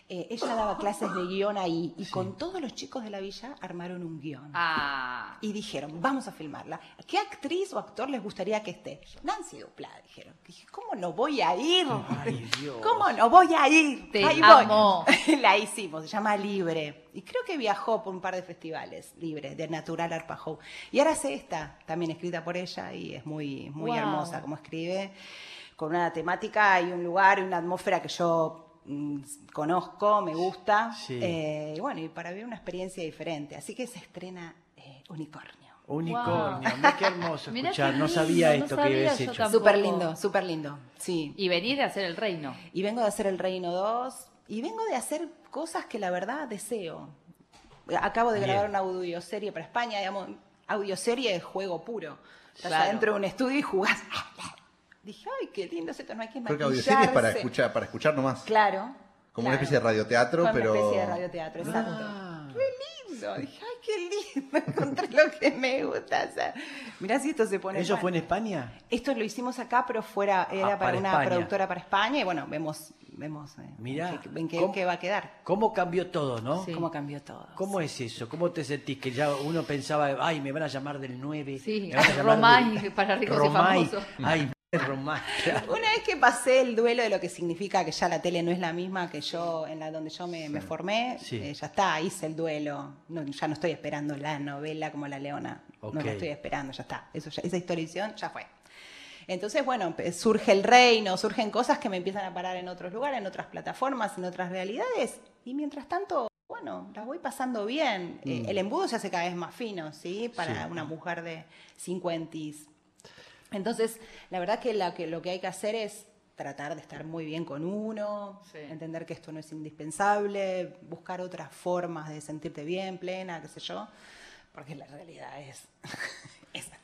S2: Eh, ella daba clases de guión ahí y con todos los chicos de la villa armaron un guión.
S3: Ah.
S2: Y dijeron, vamos a filmarla. ¿Qué actriz o actor les gustaría que esté? Nancy Dupla, dijeron. Dije, ¿cómo no voy a ir?
S1: Ay, Dios.
S2: ¿Cómo no voy a ir?
S3: Te
S2: Ahí
S3: amo.
S2: voy. La hicimos, se llama Libre. Y creo que viajó por un par de festivales, Libre, de Natural Arpajo. Y ahora hace esta, también escrita por ella, y es muy, muy
S3: Wow.
S2: hermosa como escribe, con una temática y un lugar y una atmósfera que yo mm, conozco, me gusta.
S1: Sí.
S2: Eh, y bueno, y para vivir una experiencia diferente. Así que se estrena eh, Unicornio.
S1: Unicornio, mirá qué hermoso
S3: Mirá qué
S1: escuchar. no
S3: lindo,
S1: sabía
S3: no
S1: esto que
S3: sabía
S1: habías
S3: yo
S1: hecho.
S3: tampoco.
S2: Súper lindo, súper lindo. Sí.
S3: Y venir a hacer el reino.
S2: Y vengo de hacer El Reino 2 y vengo de hacer cosas que la verdad deseo. Acabo de
S1: Bien.
S2: grabar una audioserie para España, digamos, audioserie es juego puro. Estás
S3: Claro.
S2: adentro de un estudio y jugás. Dije, ay, qué lindo es esto, no hay que
S5: Creo que
S2: maquillarse.
S5: audioserie es para escuchar, para escuchar nomás.
S2: Claro.
S5: Como
S2: claro.
S5: una especie de radioteatro,
S2: Fue
S5: pero. Ah.
S2: Una especie de
S1: Ah.
S2: radioteatro, exacto. Qué lindo. Dije, ay, qué lindo, encontré lo que me gusta hacer. Mirá si esto se pone
S1: ¿Eso
S2: bueno.
S1: fue en España?
S2: Esto lo hicimos acá, pero fuera,
S1: Ah,
S2: era para,
S1: para
S2: una
S1: España.
S2: productora para España y bueno, vemos, vemos eh,
S1: Mirá,
S2: qué- en qué,
S1: ¿cómo?
S2: qué va a quedar,
S1: ¿Cómo cambió todo, no?
S3: Sí.
S2: cómo cambió todo.
S1: ¿Cómo es eso? ¿Cómo te sentís? Que ya uno pensaba, ay, me van a llamar del 9.
S3: Sí,
S1: me van a llamar
S3: Romay,
S1: del-
S3: para ricos y
S1: Romay.
S3: famosos.
S1: Ay, Romay. claro.
S2: Una vez que pasé el duelo de lo que significa que ya la tele no es la misma que yo, en la donde yo me, me formé,
S1: Sí.
S2: eh, ya está, hice el duelo. No, ya no estoy esperando la novela como La Leona. No
S1: Ok.
S2: la estoy esperando, ya está. Eso ya- esa historización ya fue. Entonces, bueno, empe- surge el reino, surgen cosas que me empiezan a parar en otros lugares, en otras plataformas, en otras realidades. Y mientras tanto, bueno, las voy pasando bien. Eh, el embudo se hace cada vez más fino, ¿sí? Para
S1: Sí.
S2: una mujer de 50 entonces, la verdad que, la que lo que hay que hacer es tratar de estar muy bien con uno,
S3: Sí.
S2: entender que esto no es indispensable, buscar otras formas de sentirte bien, plena, qué sé yo, porque la realidad es, es así.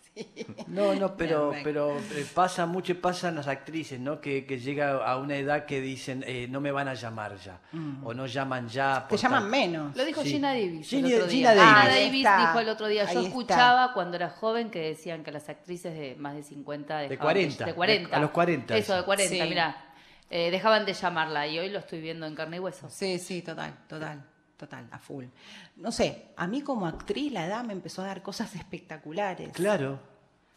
S1: No, no, pero,
S2: Perfecto.
S1: pero eh, pasa mucho y pasan las actrices, ¿no? Que, que llega a una edad que dicen, eh, no me van a llamar ya. O no llaman ya.
S2: Te
S1: por
S2: llaman
S1: tal-
S2: menos.
S3: Lo dijo
S1: Sí.
S3: Gina Davis. el
S1: Gina-
S3: otro
S1: Gina
S3: día.
S1: Davis.
S3: Ah,
S2: Ahí
S3: Davis
S2: está.
S3: dijo el otro día. Yo
S2: Ahí
S3: escuchaba cuando era joven que decían que las actrices de más de 50. Dejaban
S1: 40,
S3: De 40.
S1: a los 40
S3: Eso, de
S1: eso.
S3: 40,
S2: Sí.
S3: mirá. Eh, dejaban de llamarla y hoy lo estoy viendo en carne y hueso.
S2: Sí, sí, total, total, total, a full. No sé, a mí como actriz la edad me empezó a dar cosas espectaculares.
S1: Claro,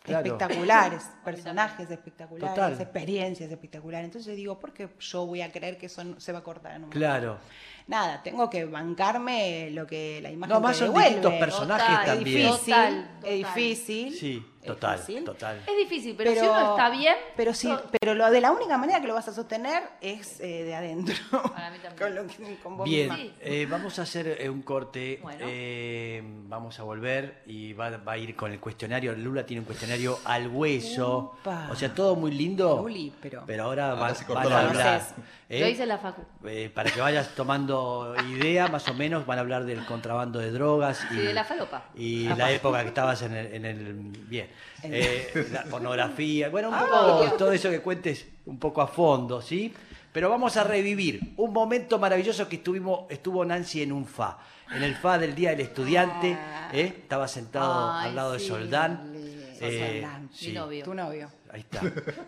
S1: claro.
S2: espectaculares, personajes espectaculares,
S1: Total.
S2: experiencias espectaculares. Entonces yo digo, ¿por qué yo voy a creer que eso no- se va a cortar en un
S1: Claro.
S2: Nada, tengo que bancarme lo que la imagen
S1: No, más
S2: te
S1: son
S2: devuelve.
S1: distintos personajes
S3: Total,
S1: también.
S2: Es difícil,
S3: Total, total.
S2: es difícil.
S1: Sí,
S2: es
S1: total,
S2: difícil,
S1: total.
S3: Es difícil, pero, si uno está bien.
S2: Pero sí,
S3: todo-
S2: pero lo de la única manera que lo vas a sostener es eh, de adentro.
S3: Para mí también.
S2: Con, lo que- con vos
S1: Bien,
S2: misma.
S1: eh, vamos a hacer eh, un corte,
S3: Bueno.
S1: eh, vamos a volver y va, va a ir con el cuestionario. Lula tiene un cuestionario al hueso,
S2: Upa.
S1: o sea, todo muy lindo,
S2: Luli, pero-
S1: ahora,
S5: Ahora
S1: va-
S5: se cortó
S1: van
S5: la
S1: a
S5: mano.
S1: hablar.
S2: Conoces.
S1: ¿eh?
S3: Lo hice en la facu.
S1: Eh, para que vayas tomando idea, más o menos, van a hablar del contrabando de drogas y,
S3: Sí, de la falopa.
S1: y la época que estabas en el. en el- bien, Eh, la pornografía, bueno,
S3: Ah,
S1: un poco todo eso que cuentes un poco a fondo, ¿sí? Pero vamos a revivir un momento maravilloso que estuvimos, estuvo Nancy en un FA, en el FA del Día del Estudiante, ¿eh? estaba sentado
S3: Ah. Ay,
S1: al lado de
S3: sí,
S1: Soldán.
S3: lindo.
S1: eh,
S2: Soldán, mi
S1: sí.
S3: novio.
S2: Tu novio.
S1: Ahí está.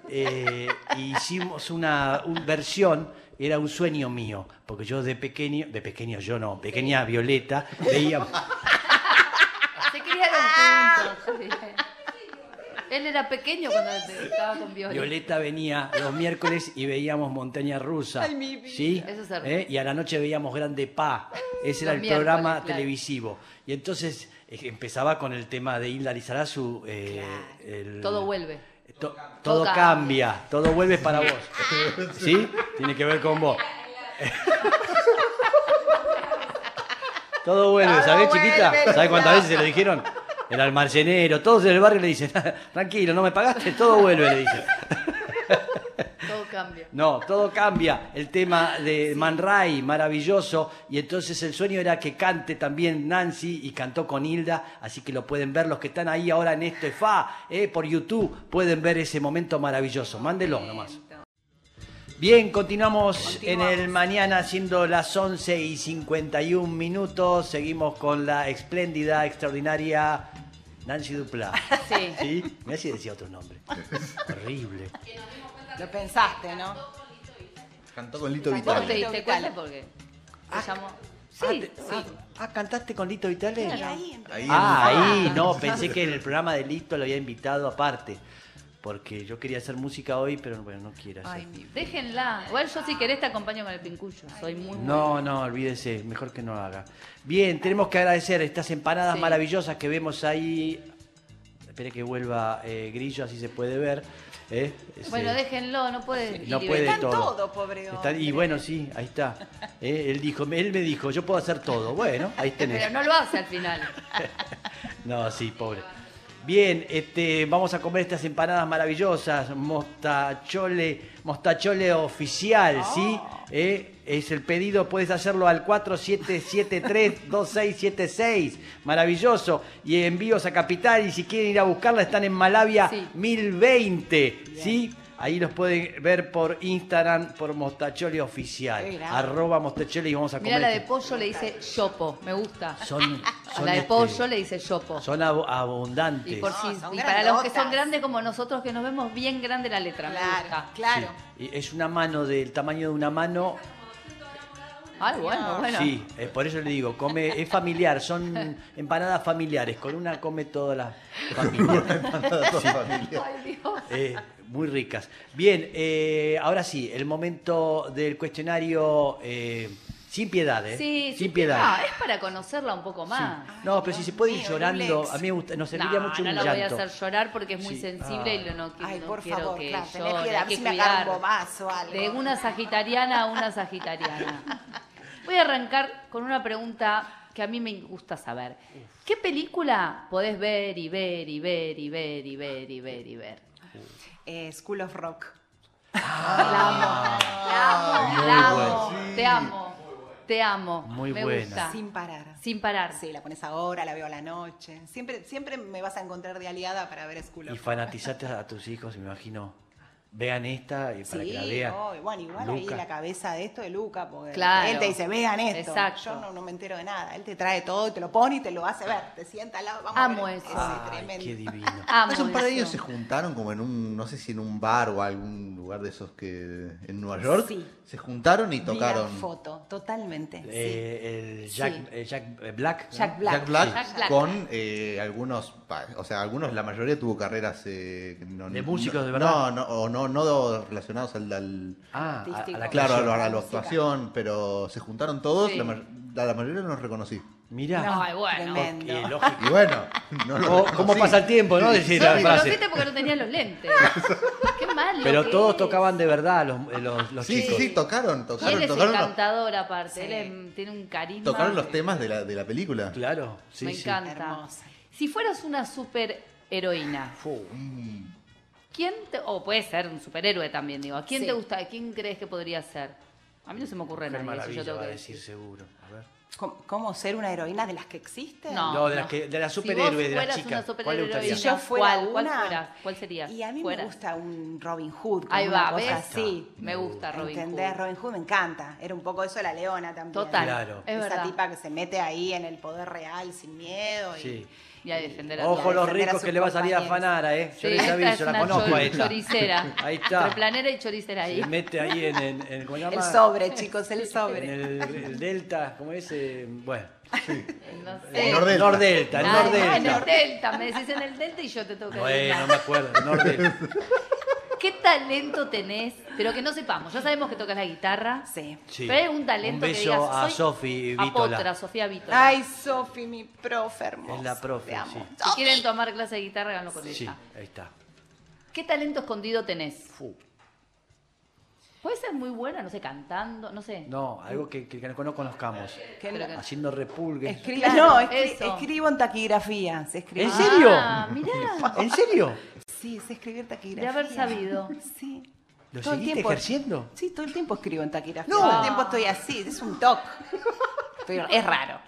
S1: Eh, hicimos una un- versión, era un sueño mío, porque yo de pequeño, de pequeño yo no, pequeña Violeta, veía...
S3: Se criaron juntos. Él era pequeño cuando estaba con Viola.
S1: Violeta venía los miércoles y veíamos Montaña Rusa.
S2: Ay, mi vida.
S1: ¿sí?
S3: Eso es hermoso.
S1: ¿Eh? Y a la noche veíamos Grande Pa. Ese era
S3: Los
S1: el programa
S3: miércoles, claro.
S1: televisivo. Y entonces eh, empezaba con el tema de Hilda Lizarazu. eh, el-
S3: Todo vuelve.
S1: To- todo
S3: Todo
S1: cambia. todo vuelve para vos. ¿Sí? Tiene que ver con vos. todo vuelve, ¿sabés, chiquita? ¿Sabés cuántas veces se lo dijeron? El almacenero, todos en el barrio le dicen, tranquilo, no me pagaste, todo vuelve, le dicen.
S3: Todo cambia. Ah,
S1: No, todo cambia. El tema de Man Ray, maravilloso. Y entonces el sueño era que cante también Nancy y cantó con Hilda. Así que lo pueden ver los que están ahí ahora en este FA, eh, por YouTube. Pueden ver ese momento maravilloso. Mándelo nomás. Bien, continuamos, en el mañana siendo las 11 y 51 minutos. Seguimos con la espléndida, extraordinaria Nancy Dupla.
S3: Sí.
S1: ¿Sí? Me hacía decía otro nombre. Horrible.
S2: Lo pensaste, ¿no?
S5: Cantó con Lito
S3: ¿Vos
S5: Vital.
S3: te diste
S2: Vital.
S3: cuenta? Porque se llamó.
S1: Ah,
S3: Sí,
S1: te-
S3: sí.
S1: ah, ¿cantaste con Lito Vitale?
S2: Y ahí entró.
S5: Ahí
S1: Ah,
S5: en-
S1: ahí, no, pensé que en el programa de Lito lo había invitado aparte. Porque yo quería hacer música hoy, pero bueno, no quiero hacer.
S2: Ay, mi-
S3: Déjenla. Igual yo si querés te acompaño con el pincuyo. Soy muy
S1: No, no, olvídese, mejor que no haga. Bien, tenemos que agradecer estas empanadas
S3: Sí.
S1: maravillosas que vemos ahí. Espere que vuelva eh, Grillo, así se puede ver. ¿eh? Ese-
S3: Bueno, déjenlo, no puede.
S1: Sí,
S3: ir
S1: no
S3: y
S1: puede
S3: venir.
S2: Están
S1: todo.
S2: todo, pobre
S1: Está- y
S2: hombre.
S1: bueno, sí, ahí está. Eh, Él dijo, él me dijo, yo puedo hacer todo. Bueno, ahí tenés.
S3: Pero no lo hace al final.
S1: No, sí, pobre. Bien, este, vamos a comer estas empanadas maravillosas, mostachole, mostachole oficial, ¿sí?
S3: Oh.
S1: Eh, es el pedido, puedes hacerlo al 4773-2676, maravilloso. Y envíos a Capital, y si quieren ir a buscarla, están en Malavia
S3: Sí.
S1: 1020, ¿sí? Ahí los pueden ver por Instagram, por Mostachole Oficial,
S2: Qué grande.
S1: arroba Mostachole y vamos a
S3: Mira
S1: comer.
S3: la de
S1: este-
S3: pollo le dice yopo, me gusta.
S1: son,
S3: A
S1: son,
S3: la de
S1: este,
S3: pollo le dice yopo.
S1: son este. ab- abundantes.
S3: Y, por
S2: No,
S3: si-
S2: son
S3: y para los que son
S2: grandotas.
S3: grandes como nosotros, que nos vemos bien grande la letra. me
S2: Claro,
S3: gusta.
S2: claro.
S1: Sí. Y Es una mano del tamaño de una mano.
S3: Ay, bueno, bueno.
S1: Sí, eh, por eso le digo, come, es familiar, son empanadas familiares. Con una come toda la familia.
S5: Empanada toda familia.
S3: Ay, Dios.
S1: Eh, muy ricas. Bien, eh, ahora sí, el momento del cuestionario eh, sin piedad, ¿eh?
S3: Sí,
S1: sin piedad.
S3: Ah, es para conocerla un poco más.
S1: No, pero si se puede ir
S2: Dios mío,
S1: llorando,
S2: Lulex.
S1: a mí me gusta- nos serviría
S3: No,
S1: mucho
S3: no
S1: un
S3: la voy a
S1: llanto.
S3: hacer llorar porque es muy
S1: Sí.
S3: sensible y lo no,
S2: Ay,
S3: no
S2: por
S3: quiero
S2: favor,
S3: que
S2: claro, tenés
S3: llore,
S2: piedad,
S3: hay
S2: a ver
S3: que
S2: si me agarra un
S3: cuidar.
S2: bobazo o algo.
S3: De una sagitariana a una sagitariana. Voy a arrancar con una pregunta que a mí me gusta saber. ¿Qué película podés ver y ver y ver y ver y ver y ver y ver?
S2: Eh, School of Rock.
S1: Ah,
S3: La amo,
S5: muy
S3: la
S5: bueno.
S3: amo,
S5: Sí.
S3: te amo, te amo.
S1: Muy
S3: me
S1: buena.
S3: gusta.
S2: Sin parar.
S3: Sin parar.
S2: Sí, la pones ahora, la veo a la noche. Siempre, siempre me vas a encontrar de aliada para ver School
S1: Y
S2: of
S1: fanatizate a tus hijos, me imagino. Vean esta y para que la vean.
S2: obvio. bueno, igual
S1: Luca.
S2: ahí la cabeza de esto de Luca, porque
S3: Claro.
S2: él te dice, vean esto.
S3: Exacto.
S2: Yo no, no me entero de nada. Él te trae todo y te lo pone y te lo hace ver. Te sienta al lado, vamos
S3: Amo
S2: a ver.
S3: eso.
S2: Ese
S1: Ay,
S2: tremendo.
S1: qué divino.
S3: Amo
S5: Hace un par de
S3: eso.
S5: años se juntaron como en un, no sé si en un bar o algún lugar de esos que en Nueva York.
S2: Sí.
S5: Se juntaron y
S2: Vi
S5: tocaron.
S2: la foto, totalmente. sí.
S1: Eh, el Jack,
S3: Sí.
S1: eh, Jack Black. ¿no?
S2: Jack Black.
S5: Jack Black,
S3: Jack Black.
S5: con eh, algunos, pa- o sea, algunos, la mayoría tuvo carreras eh, no-
S1: De músicos,
S5: no-
S1: de verdad.
S5: No, no, o no, no relacionados al, al-
S1: Ah, a- a, la
S2: Artístico.
S5: claro, a,
S1: claro.
S5: lo- a la,
S2: la música.
S5: actuación, pero se juntaron todos,
S3: Sí.
S5: la, ma- a la mayoría no los reconocí.
S1: Mirá.
S3: Ay, bueno.
S2: Tremendo.
S1: Y, eh, lógico.
S5: Y bueno, no los
S1: ¿Cómo,
S5: reconocí.
S1: cómo pasa el tiempo, no? Decir
S3: No,
S1: la
S3: me
S1: frase.
S3: conociste porque no tenía los lentes. Qué malo.
S1: Pero
S3: que
S1: todos
S3: es.
S1: tocaban de verdad los, eh, los, los
S5: Sí, sí,
S1: chicos.
S5: sí, tocaron,
S3: Y él
S5: tocaron,
S3: es
S5: tocaron, los,
S3: encantador aparte.
S2: Sí.
S3: Él es- tiene un carisma.
S5: tocaron los temas de la, de la película.
S1: Claro, sí,
S3: Me
S1: sí.
S3: encanta.
S2: Hermosa.
S3: Si fueras una superheroína,
S1: Fu.
S3: ¿quién te, o puede ser un superhéroe también, digo, ¿a quién
S2: Sí.
S3: te gusta? ¿Quién crees que podría ser? A mí no se me ocurre
S1: Mujer
S3: nadie, eso yo
S1: maravilla
S3: tengo
S1: va a
S3: que
S1: decir
S3: decir.
S1: seguro. A ver.
S2: ¿Cómo, cómo ser una heroína de las que existen?
S3: No,
S1: No, de las que- de las superhéroes, de las
S3: fueras
S1: chicas,
S3: una
S1: ¿cuál le gustaría?
S3: superheroína,
S2: Si yo fuera
S3: ¿cuál, cuál
S2: una-
S3: fueras? ¿Cuál serías?
S2: Y a mí
S3: Fueras.
S2: me gusta un Robin Hood. como
S3: Ahí
S2: una
S3: va,
S2: cosa
S3: ¿ves?
S2: así.
S3: Me gusta Robin
S2: ¿Entendés?
S3: Hood.
S2: Robin Hood me encanta. Era un poco eso de la leona también.
S3: Total.
S1: Claro.
S3: Es
S2: Esa
S3: verdad.
S2: tipa que se mete ahí en el poder real sin miedo. Y...
S1: Sí.
S3: Y a defender a
S1: Ojo
S3: todos.
S1: los
S2: defender a
S1: ricos
S2: sus
S1: que le va a salir a
S2: compañeros.
S1: afanar, ¿eh? Yo
S3: Sí,
S1: les
S3: esta es
S1: aviso, la
S3: una
S1: conozco
S3: chori-
S1: a esta.
S3: Choricera.
S1: Ahí está.
S3: Replanera y choricera ahí.
S1: Se mete ahí en, en, en- ¿cómo se llama?
S2: El sobre, chicos, el
S1: En
S2: sobre.
S1: el, el delta, ¿cómo es? Eh, Bueno.
S3: No sé.
S5: El Nordelta.
S1: Nordelta, el
S3: Ah,
S1: Nordelta.
S3: En el Eh, Delta, me decís en el Delta y yo te tengo que
S1: Bueno, no
S3: adivinar.
S1: me acuerdo. Nordelta.
S3: ¿Qué talento tenés? Pero que no sepamos, ya sabemos que tocas la guitarra.
S2: Sí.
S1: Sí.
S3: Pero hay un talento
S1: Un
S3: que
S1: beso
S3: digas,
S1: a
S3: soy
S1: Sofi
S3: a
S1: Vítola.
S3: potra, Sofía Vítola.
S2: Ay, Sofi, mi profe hermosa.
S1: Es la profe,
S2: Te amo.
S1: sí.
S3: Si quieren tomar clase de guitarra, háganlo con
S1: Sí,
S3: ella.
S1: ahí está.
S3: ¿Qué talento escondido tenés?
S1: Fu.
S3: Puede ser muy buena, no sé, cantando, no sé.
S1: No, algo que, que no conozcamos.
S2: Que
S3: Pero
S2: no-
S3: que-
S1: Haciendo repulgues.
S2: Escri-
S3: Claro,
S2: no, escri-
S3: eso.
S2: escribo en taquigrafía. se escribe-
S1: ¿En serio?
S3: Ah, mirá.
S1: ¿En serio?
S2: Sí, sé escribir taquigrafía.
S3: De haber sabido.
S2: Sí.
S1: ¿Lo
S2: Todo el
S1: seguiste
S2: tiempo-
S1: ejerciendo?
S2: Sí, todo el tiempo escribo en taquigrafía.
S1: No.
S2: Todo el tiempo estoy así, es un toc. Estoy- es raro.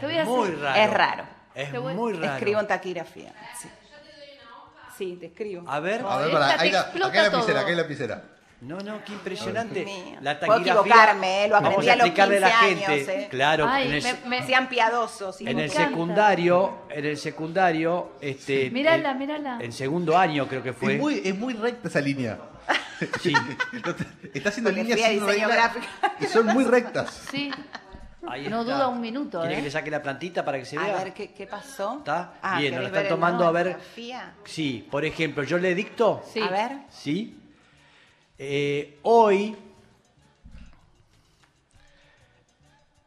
S3: Te voy a hacer-
S1: muy raro.
S2: es raro.
S1: Es
S3: Te voy-
S1: muy raro.
S2: Escribo en taquigrafía. Sí. Sí, te escribo.
S1: A ver.
S5: A ver,
S3: Esta
S5: pará,
S3: te
S5: ahí la,
S3: explota
S5: acá hay lapicera,
S3: todo.
S5: acá hay lapicera.
S1: No, no, qué impresionante.
S2: Dios mío.
S1: La
S2: Puedo
S1: taquigrafía.
S2: equivocarme, ¿eh? Lo aprendí
S1: Vamos a
S2: a los
S1: explicarle a la
S2: 15
S1: gente.
S2: años, ¿eh?
S1: Claro,
S3: Ay,
S1: en el,
S3: me- me-
S2: Sean piadosos.
S1: en
S2: hijos.
S1: el
S3: encanta.
S1: secundario, en el secundario, este.
S3: Mírala,
S1: eh,
S3: mírala.
S1: En segundo año creo que fue.
S5: Es muy, es muy recta esa línea.
S1: Sí.
S5: No te- Está haciendo
S2: Porque
S5: líneas
S2: fui a
S5: sin
S2: diseño
S5: regla
S2: gráfico.
S5: que son muy rectas.
S3: Sí.
S1: Ahí
S3: No
S1: está.
S3: duda un minuto,
S1: ¿Quiere
S3: ¿eh?
S1: que le saque la plantita para que se
S2: A
S1: vea?
S2: ver, ¿qué, qué pasó? Ah,
S1: Está bien, nos lo
S2: ¿querés
S1: están
S2: ver el
S1: tomando,
S2: no
S1: a ver.
S2: taquigrafía?
S1: Sí, por ejemplo, yo le dicto.
S3: Sí.
S2: A ver.
S1: ¿sí? Eh, hoy,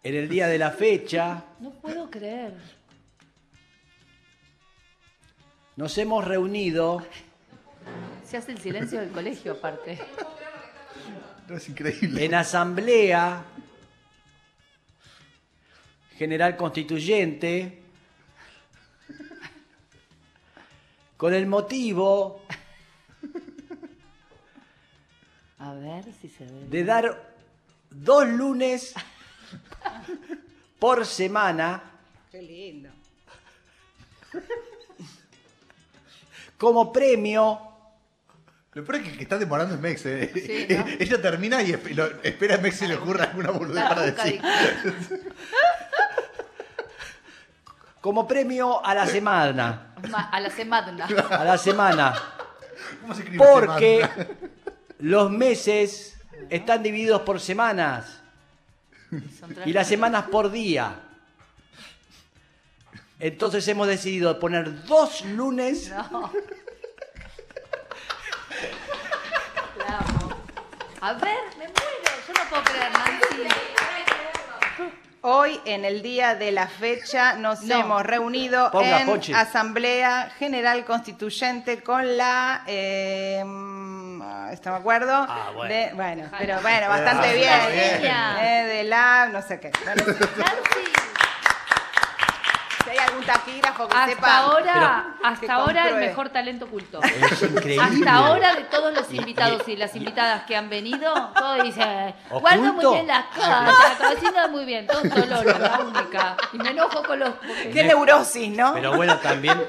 S1: en el día de la fecha,
S3: No puedo creer.
S1: Nos hemos reunido.
S3: Se hace el silencio del colegio aparte.
S5: No, es increíble.
S1: en asamblea general constituyente con el motivo
S3: A ver si se ve.
S1: de dar dos lunes por semana
S2: Qué lindo.
S1: como premio
S5: Lo peor es que el que está demorando es Mex. ¿eh?
S3: Sí, ¿no?
S5: Ella termina y esp- lo- espera a Mex si le ocurra alguna boludez
S3: La
S5: para
S3: boca
S5: decir.
S1: como premio a la semana
S3: Ma- A la semana.
S1: a la semana
S5: ¿Cómo se escribe este
S1: Porque
S5: semana?
S1: los meses están divididos por semanas
S3: Son tres-
S1: y las semanas por día. Entonces hemos decidido poner dos lunes
S3: No. La amo. A ver, me muero. Yo no puedo creer, Nancy.
S2: Hoy, en el día de la fecha, nos
S3: No.
S2: hemos reunido
S1: Ponga,
S2: en
S1: Pochi.
S2: Asamblea General Constituyente con la. eh, mm, ah, ¿Está me acuerdo?
S1: Ah, bueno.
S2: De- bueno, pero bueno, bastante
S5: Ah,
S2: bien.
S3: bien.
S2: Eh, de la. No sé qué. Bueno,
S3: Nancy.
S2: si hay algún taquígrafo que
S3: Hasta
S2: sepa.
S3: ahora,
S2: que
S3: hasta ahora el
S2: compruebe.
S3: mejor talento oculto.
S1: Es increíble.
S3: Hasta ahora de todos los invitados y las invitadas que han venido, todos dicen, guardo muy
S1: ¿Oculto? Ah,
S3: bien las cosas, cocino muy bien, todo Lolo, la única. Y me enojo con los...
S2: Qué neurosis, ¿no?
S1: Pero bueno, también,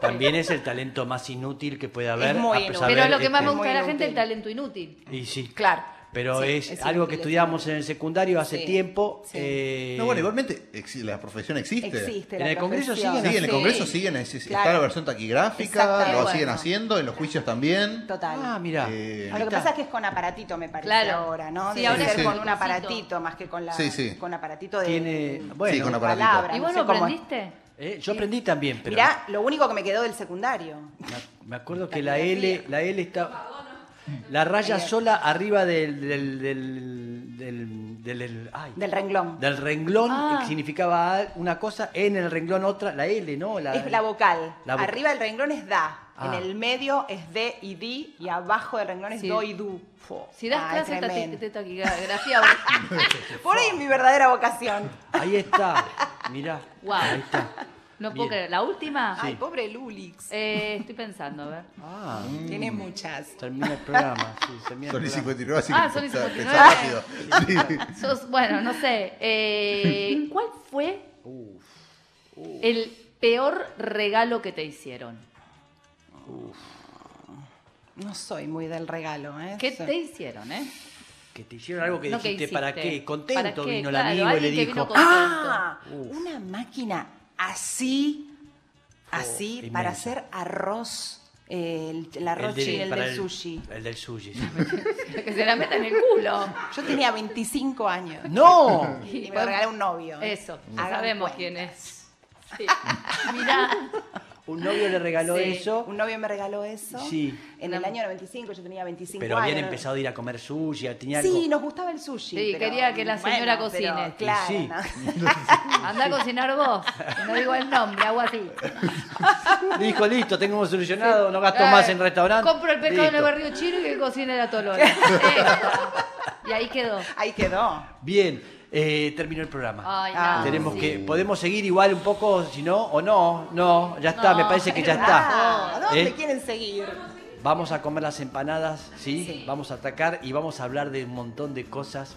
S1: también es el talento más inútil que puede haber.
S2: muy
S1: a pesar
S2: inútil.
S3: Pero
S1: de-
S3: lo que más me
S1: de-
S3: gusta de la gente es el
S2: inútil.
S3: talento inútil.
S1: Y sí.
S2: Claro.
S1: Pero
S2: Sí,
S1: es,
S2: es
S1: algo que
S2: inútil, es
S1: estudiábamos
S2: inútil.
S1: en el secundario hace
S2: Sí,
S1: tiempo.
S2: sí.
S1: eh,
S5: No, bueno, igualmente exi- la profesión existe.
S2: Existe.
S1: En
S2: la
S1: el Congreso
S2: profesión.
S1: siguen
S5: Sí, en el
S2: Sí.
S5: Congreso siguen, es- es- está
S2: Claro.
S5: la versión taquigráfica,
S2: Exactamente.
S5: lo siguen
S3: Bueno.
S5: haciendo, en los juicios también.
S2: Total.
S1: Ah, mira.
S5: Eh,
S2: Lo que pasa es que es con aparatito, me parece
S3: Claro.
S2: ahora, ¿no?
S3: Sí,
S2: Debe
S5: ahora
S2: ser
S5: es
S2: con
S5: con
S2: un
S3: cosito.
S2: aparatito más que con la
S5: Sí, sí.
S2: con aparatito de
S1: Tiene-
S2: de
S1: bueno. Sí, con
S5: aparatito.
S2: palabras,
S3: ¿Y
S2: Ah, no
S3: vos
S2: sé
S3: no
S2: cómo-
S3: aprendiste?
S1: eh, yo aprendí también, pero
S2: Mirá, lo único que me quedó del secundario.
S1: Me- Me acuerdo que la L, la L está. La raya sola arriba del. del. del. del. del- del- ay,
S2: Del renglón.
S1: del renglón
S3: Ah.
S1: eh, significaba al- una cosa, en el renglón otra, la L, ¿no? La,
S2: es la vocal.
S1: la vocal.
S2: Arriba del renglón es da.
S1: Ah.
S2: En el medio es D y di. Y abajo del renglón es
S3: Sí.
S2: do y du.
S3: Si das
S2: Ay,
S3: clases
S2: tremendo.
S3: de taquigrafía, vos-
S2: Por ahí es mi verdadera vocación.
S1: Ahí está, mirá.
S3: Guau.
S1: Ahí está.
S3: no
S1: Bien.
S3: puedo creer. La última,
S2: Ay, pobre Lulix.
S3: eh, estoy pensando, a ver.
S1: Ah,
S2: Tiene muchas.
S1: termina el programa. Sí, termina
S5: Son
S1: el
S5: y
S1: programa.
S5: 59, así
S3: Ah,
S5: que
S3: son y
S5: pensá-
S3: 59.
S5: pensá rápido. Sí.
S3: Sos- bueno, no sé. eh, ¿Cuál fue el peor regalo que te hicieron?
S2: No soy muy del regalo, ¿eh?
S3: ¿Qué
S2: Soy-
S3: te hicieron, eh?
S1: Que te hicieron algo que
S3: No, ¿qué
S1: dijiste, ¿para
S3: hiciste?
S1: qué? Contento
S3: ¿Para qué?
S1: vino
S3: Claro,
S1: el amigo y le
S3: alguien que vino
S1: dijo.
S3: con-
S2: Ah,
S1: Uf.
S2: una máquina así, así,
S1: Oh, inmensa.
S2: para hacer arroz, eh, el, el
S1: "Ah,
S2: arroz chino, el
S1: para
S2: del sushi.
S1: El del sushi. sí.
S3: Que se la metan en el culo.
S2: Yo tenía 25 años
S1: ¡No!
S2: y me
S3: bueno,
S2: lo regalé un novio. ¿eh?
S3: Eso, ya
S2: Hagan
S3: sabemos
S2: cuenta.
S3: quién es. Sí. Mirá,
S1: Un novio le regaló
S3: Sí,
S1: eso.
S2: Un novio me regaló eso.
S1: Sí.
S2: En el año 95, yo tenía 25
S1: Pero
S2: años.
S1: habían empezado a ir a comer sushi, tenía algo.
S2: Sí, nos gustaba el sushi.
S3: Sí,
S2: pero,
S3: quería que la
S2: bueno,
S3: señora
S2: pero,
S3: cocine.
S2: claro,
S1: Y sí.
S2: ¿no?
S3: anda a cocinar vos. No digo el nombre, hago así.
S1: Dijo, listo, tengo solucionado, no gasto
S3: Eh,
S1: más Ah, en restaurante.
S3: Compro el pescado en el
S1: Listo.
S3: barrio chino y que cocine la tolona. Esta. y ahí quedó.
S2: Ahí quedó.
S1: Bien, eh, terminó el programa.
S3: Ay,
S2: Ah,
S3: no,
S1: Tenemos
S3: sí.
S1: que, podemos seguir igual un poco, si no, o no, no, ya está,
S3: No,
S1: me parece que ya
S3: pero
S1: está.
S2: Ah, ¿A dónde
S1: ¿Eh?
S2: quieren seguir?
S1: Vamos a comer las empanadas, ¿sí? Vamos a atacar y vamos a hablar de un montón de cosas.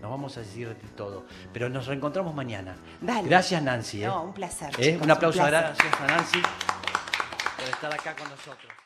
S1: Nos vamos a decir de todo. Pero nos reencontramos mañana.
S2: Dale.
S1: Gracias, Nancy. ¿eh?
S2: No, un placer,
S1: ¿Eh?
S2: chicos,
S1: Un aplauso,
S2: un placer.
S1: gracias a Nancy por estar acá con nosotros.